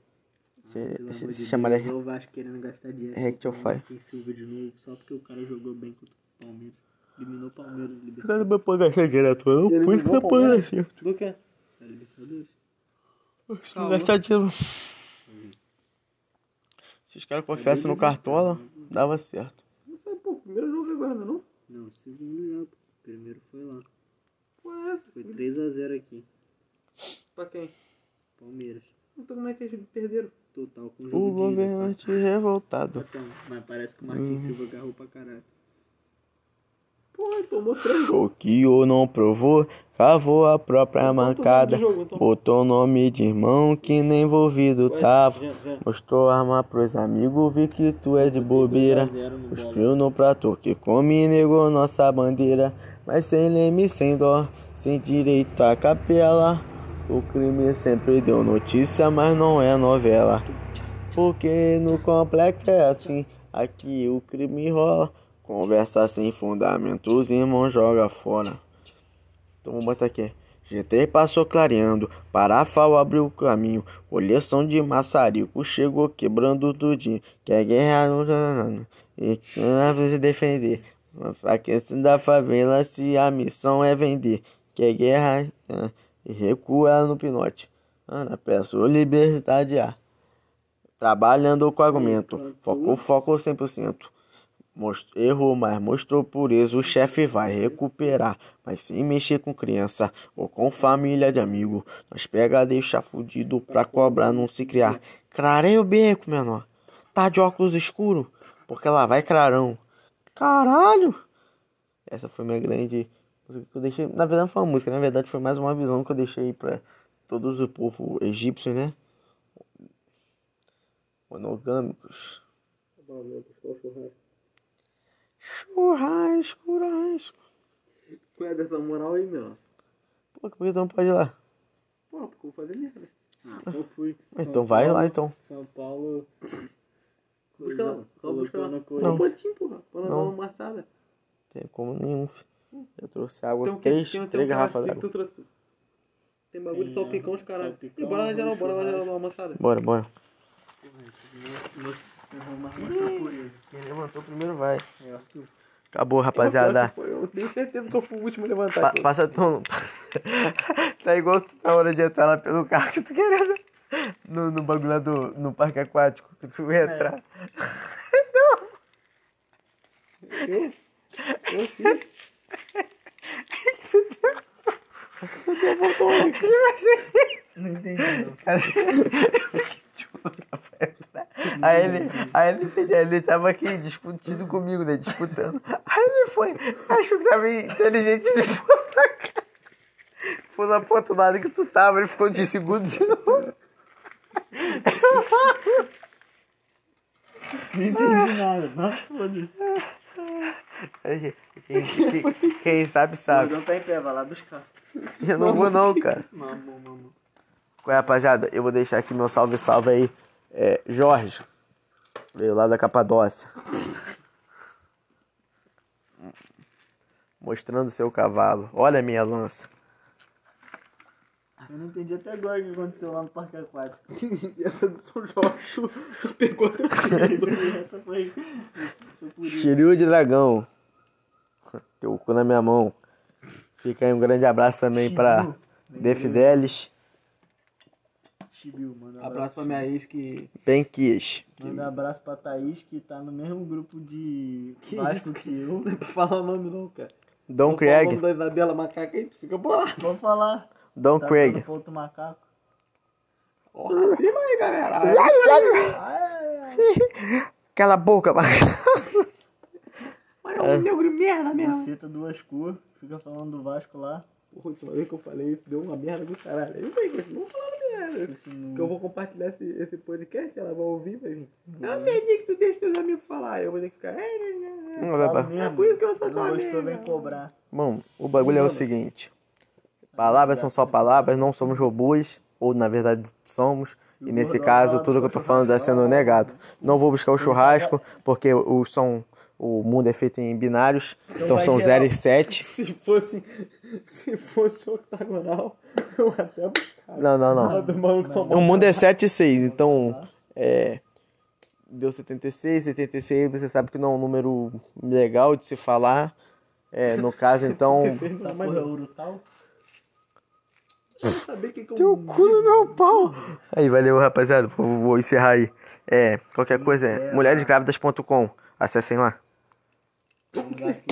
Speaker 1: Você
Speaker 4: Ah, Pelo
Speaker 1: se,
Speaker 4: amor de
Speaker 1: se chamaria
Speaker 4: Deus, olha o Vasco querendo gastar dinheiro.
Speaker 1: Rectify.
Speaker 4: Tem Silva de novo, só porque o cara jogou bem contra o Palmeiras. Eliminou o Palmeiras no Libertadores.
Speaker 1: Você não pode gastar dinheiro à toa, não. Por isso que você pode gastar.
Speaker 4: Do que? Na Libertadores.
Speaker 1: assim, Se não gastar dinheiro. Se os caras confessam no cartola, dava certo.
Speaker 2: Não foi, pô, primeiro jogo agora, não é não?
Speaker 4: Não, segundo já, pô. Primeiro foi lá.
Speaker 2: Pô, é essa?
Speaker 4: Foi 3x0 aqui.
Speaker 2: Pra quem?
Speaker 4: Palmeiras.
Speaker 2: Então como é que eles perderam?
Speaker 4: Total com
Speaker 1: O
Speaker 4: jogo de ida.
Speaker 1: governante revoltado.
Speaker 4: Então, mas parece que o Marquinhos
Speaker 1: Uhum.
Speaker 4: Silva agarrou pra caralho.
Speaker 2: Pô, tomou três gols.
Speaker 1: O que o não provou, cavou a própria mancada.
Speaker 2: do jogo, então.
Speaker 1: Botou o nome de irmão que nem envolvido tava. Mostrou a arma pros amigos, vi que tu é de bobeira.
Speaker 4: 2x0 no bola.
Speaker 1: Cuspiu no prato que come negou nossa bandeira. Mas sem leme, sem dó, sem direito à capela. O crime sempre deu notícia, mas não é novela. Porque no complexo é assim, aqui o crime rola. Conversa sem fundamento, os irmãos joga fora. Então vamos botar aqui. G3 passou clareando, Parafal abriu o caminho, coleção de maçarico chegou quebrando tudinho. Quer guerra não, não, não, não. e não é pra se defender. A questão da favela se a missão é vender. Quer guerra ah, e recua no pinote. Ana, peço liberdade A. Trabalhando com argumento, focou, foco 100%. Most- Errou, mas mostrou pureza. O chefe vai recuperar, mas sem mexer com criança ou com família de amigo. Nós pega, deixa fudido pra cobrar não se criar. Crarei o beco, menor. Tá de óculos escuro, porque lá vai clarão. Caralho! Essa foi minha grande música que eu deixei. Na verdade, não foi uma música, na verdade, foi mais uma visão que eu deixei pra todos o povo egípcio, né? Monogâmicos.
Speaker 4: Tá
Speaker 1: Churrasco, churrasco.
Speaker 2: Qual é dessa moral aí, meu?
Speaker 1: Pô, por que tu não pode ir lá?
Speaker 2: Pô, porque eu falei merda.
Speaker 4: Ah, então fui.
Speaker 1: Então vai lá, então.
Speaker 4: São Paulo.
Speaker 2: Busca lá,
Speaker 4: Coisa-
Speaker 2: só busca lá.
Speaker 4: colocou no
Speaker 2: Não. Um
Speaker 4: Corinthians.
Speaker 2: pontinho, porra. Pra não dar
Speaker 1: Não.
Speaker 2: uma amassada.
Speaker 1: Tem como nenhum, filho. Eu trouxe água,
Speaker 2: Então,
Speaker 1: três,
Speaker 2: tem- tem-
Speaker 1: três
Speaker 2: tem-
Speaker 1: garrafas
Speaker 2: tem-
Speaker 1: d'água.
Speaker 2: tu trouxe- Tem bagulho de
Speaker 4: Tem,
Speaker 2: É, salpicão, os
Speaker 4: ah,
Speaker 2: caralho.
Speaker 4: salpicão,
Speaker 2: E bora lá geral, bora lá geral, dar
Speaker 4: churrasco.
Speaker 2: uma amassada.
Speaker 1: Bora, bora. Quem levantou primeiro vai. um Acabou, rapaziada.
Speaker 2: Eu tenho certeza que eu fui o último a levantar.
Speaker 1: Pa-
Speaker 2: aqui.
Speaker 1: passa teu. tá igual tu na hora de entrar lá pelo carro que tu querendo. No, no bagulho lá do. No parque aquático que tu ia entrar. Aí ele, aí ele, entendi, ele tava aqui discutindo comigo, né? Disputando. Aí ele foi, achou que tava inteligente e foi pra cá. Foi na ponta do lado que tu tava, ele ficou de segundo de novo. Aí, Quem, quem- quem sabe, sabe.
Speaker 4: Não tá em pé, vai lá buscar.
Speaker 1: Eu não vou não, cara.
Speaker 4: Mamão, mamão.
Speaker 1: Qual é, rapaziada? Eu vou deixar aqui meu salve, salve aí. É, Jorge. Veio lá da Capadócia. Mostrando seu cavalo. Olha a minha lança.
Speaker 4: Eu não entendi até agora o que aconteceu lá no Parque Aquático.
Speaker 2: Essa do São Jorge, tu, tu pegou teu
Speaker 4: Essa foi. Foi por isso.
Speaker 1: Shiryu de dragão. Teu cu na minha mão. Fica aí um grande abraço também pra Defidelis.
Speaker 4: Chibiu, manda um abraço.
Speaker 2: Abraço pra é minha ex que.
Speaker 1: Benquias.
Speaker 4: Manda um abraço pra Thaís, que tá no mesmo grupo de Vasco que eu.
Speaker 2: Não é pra falar o nome não, cara.
Speaker 1: Dom
Speaker 2: O nome
Speaker 1: Craig.
Speaker 2: da Isabela Macaca aí, tu fica bolado.
Speaker 4: Vou falar.
Speaker 1: Dom
Speaker 4: Tá
Speaker 1: Craig.
Speaker 4: dando pra outro macaco.
Speaker 2: Porra, acima aí, galera.
Speaker 1: Cala a boca,
Speaker 2: Mas é um negro merda mesmo.
Speaker 4: Buceta duas cores. Fica falando do Vasco lá.
Speaker 2: Porra, a última vez que eu falei isso, deu uma merda do caralho. Eu bem, continuo falando merda. Que eu vou compartilhar esse, esse podcast, ela vai ouvir, vai vir. Ah, perdi que tu deixa teus amigos falar. Eu vou ter que ficar. "É, né, né, né".
Speaker 1: Não, vai pra-
Speaker 2: É por isso que eu sou
Speaker 4: Não
Speaker 2: tua
Speaker 4: gostou,
Speaker 2: amiga.
Speaker 4: vem cobrar.
Speaker 1: Bom, o bagulho é o seguinte: palavras são só palavras, não somos robôs, ou na verdade somos. E nesse caso, tudo que eu tô falando está sendo negado. Não vou buscar o churrasco, porque o, são, o mundo é feito em binários, então são 0 e 7.
Speaker 2: Se fosse. Se fosse octagonal, eu até buscava.
Speaker 1: Não, não,
Speaker 2: Mas
Speaker 1: não.
Speaker 2: o maluco só
Speaker 1: O mundo é 7 e 6, então é, deu 76, 76 você sabe que não é um número legal de se falar. É, no caso, então.
Speaker 3: Essa porra é ouro tal.
Speaker 2: Saber o que que eu...
Speaker 1: Teu cu no meu pau! Aí, valeu, rapaziada. Vou, vou encerrar aí. É, qualquer coisa é mulheresgrávidas.com. Acessem lá.
Speaker 3: É um lugar que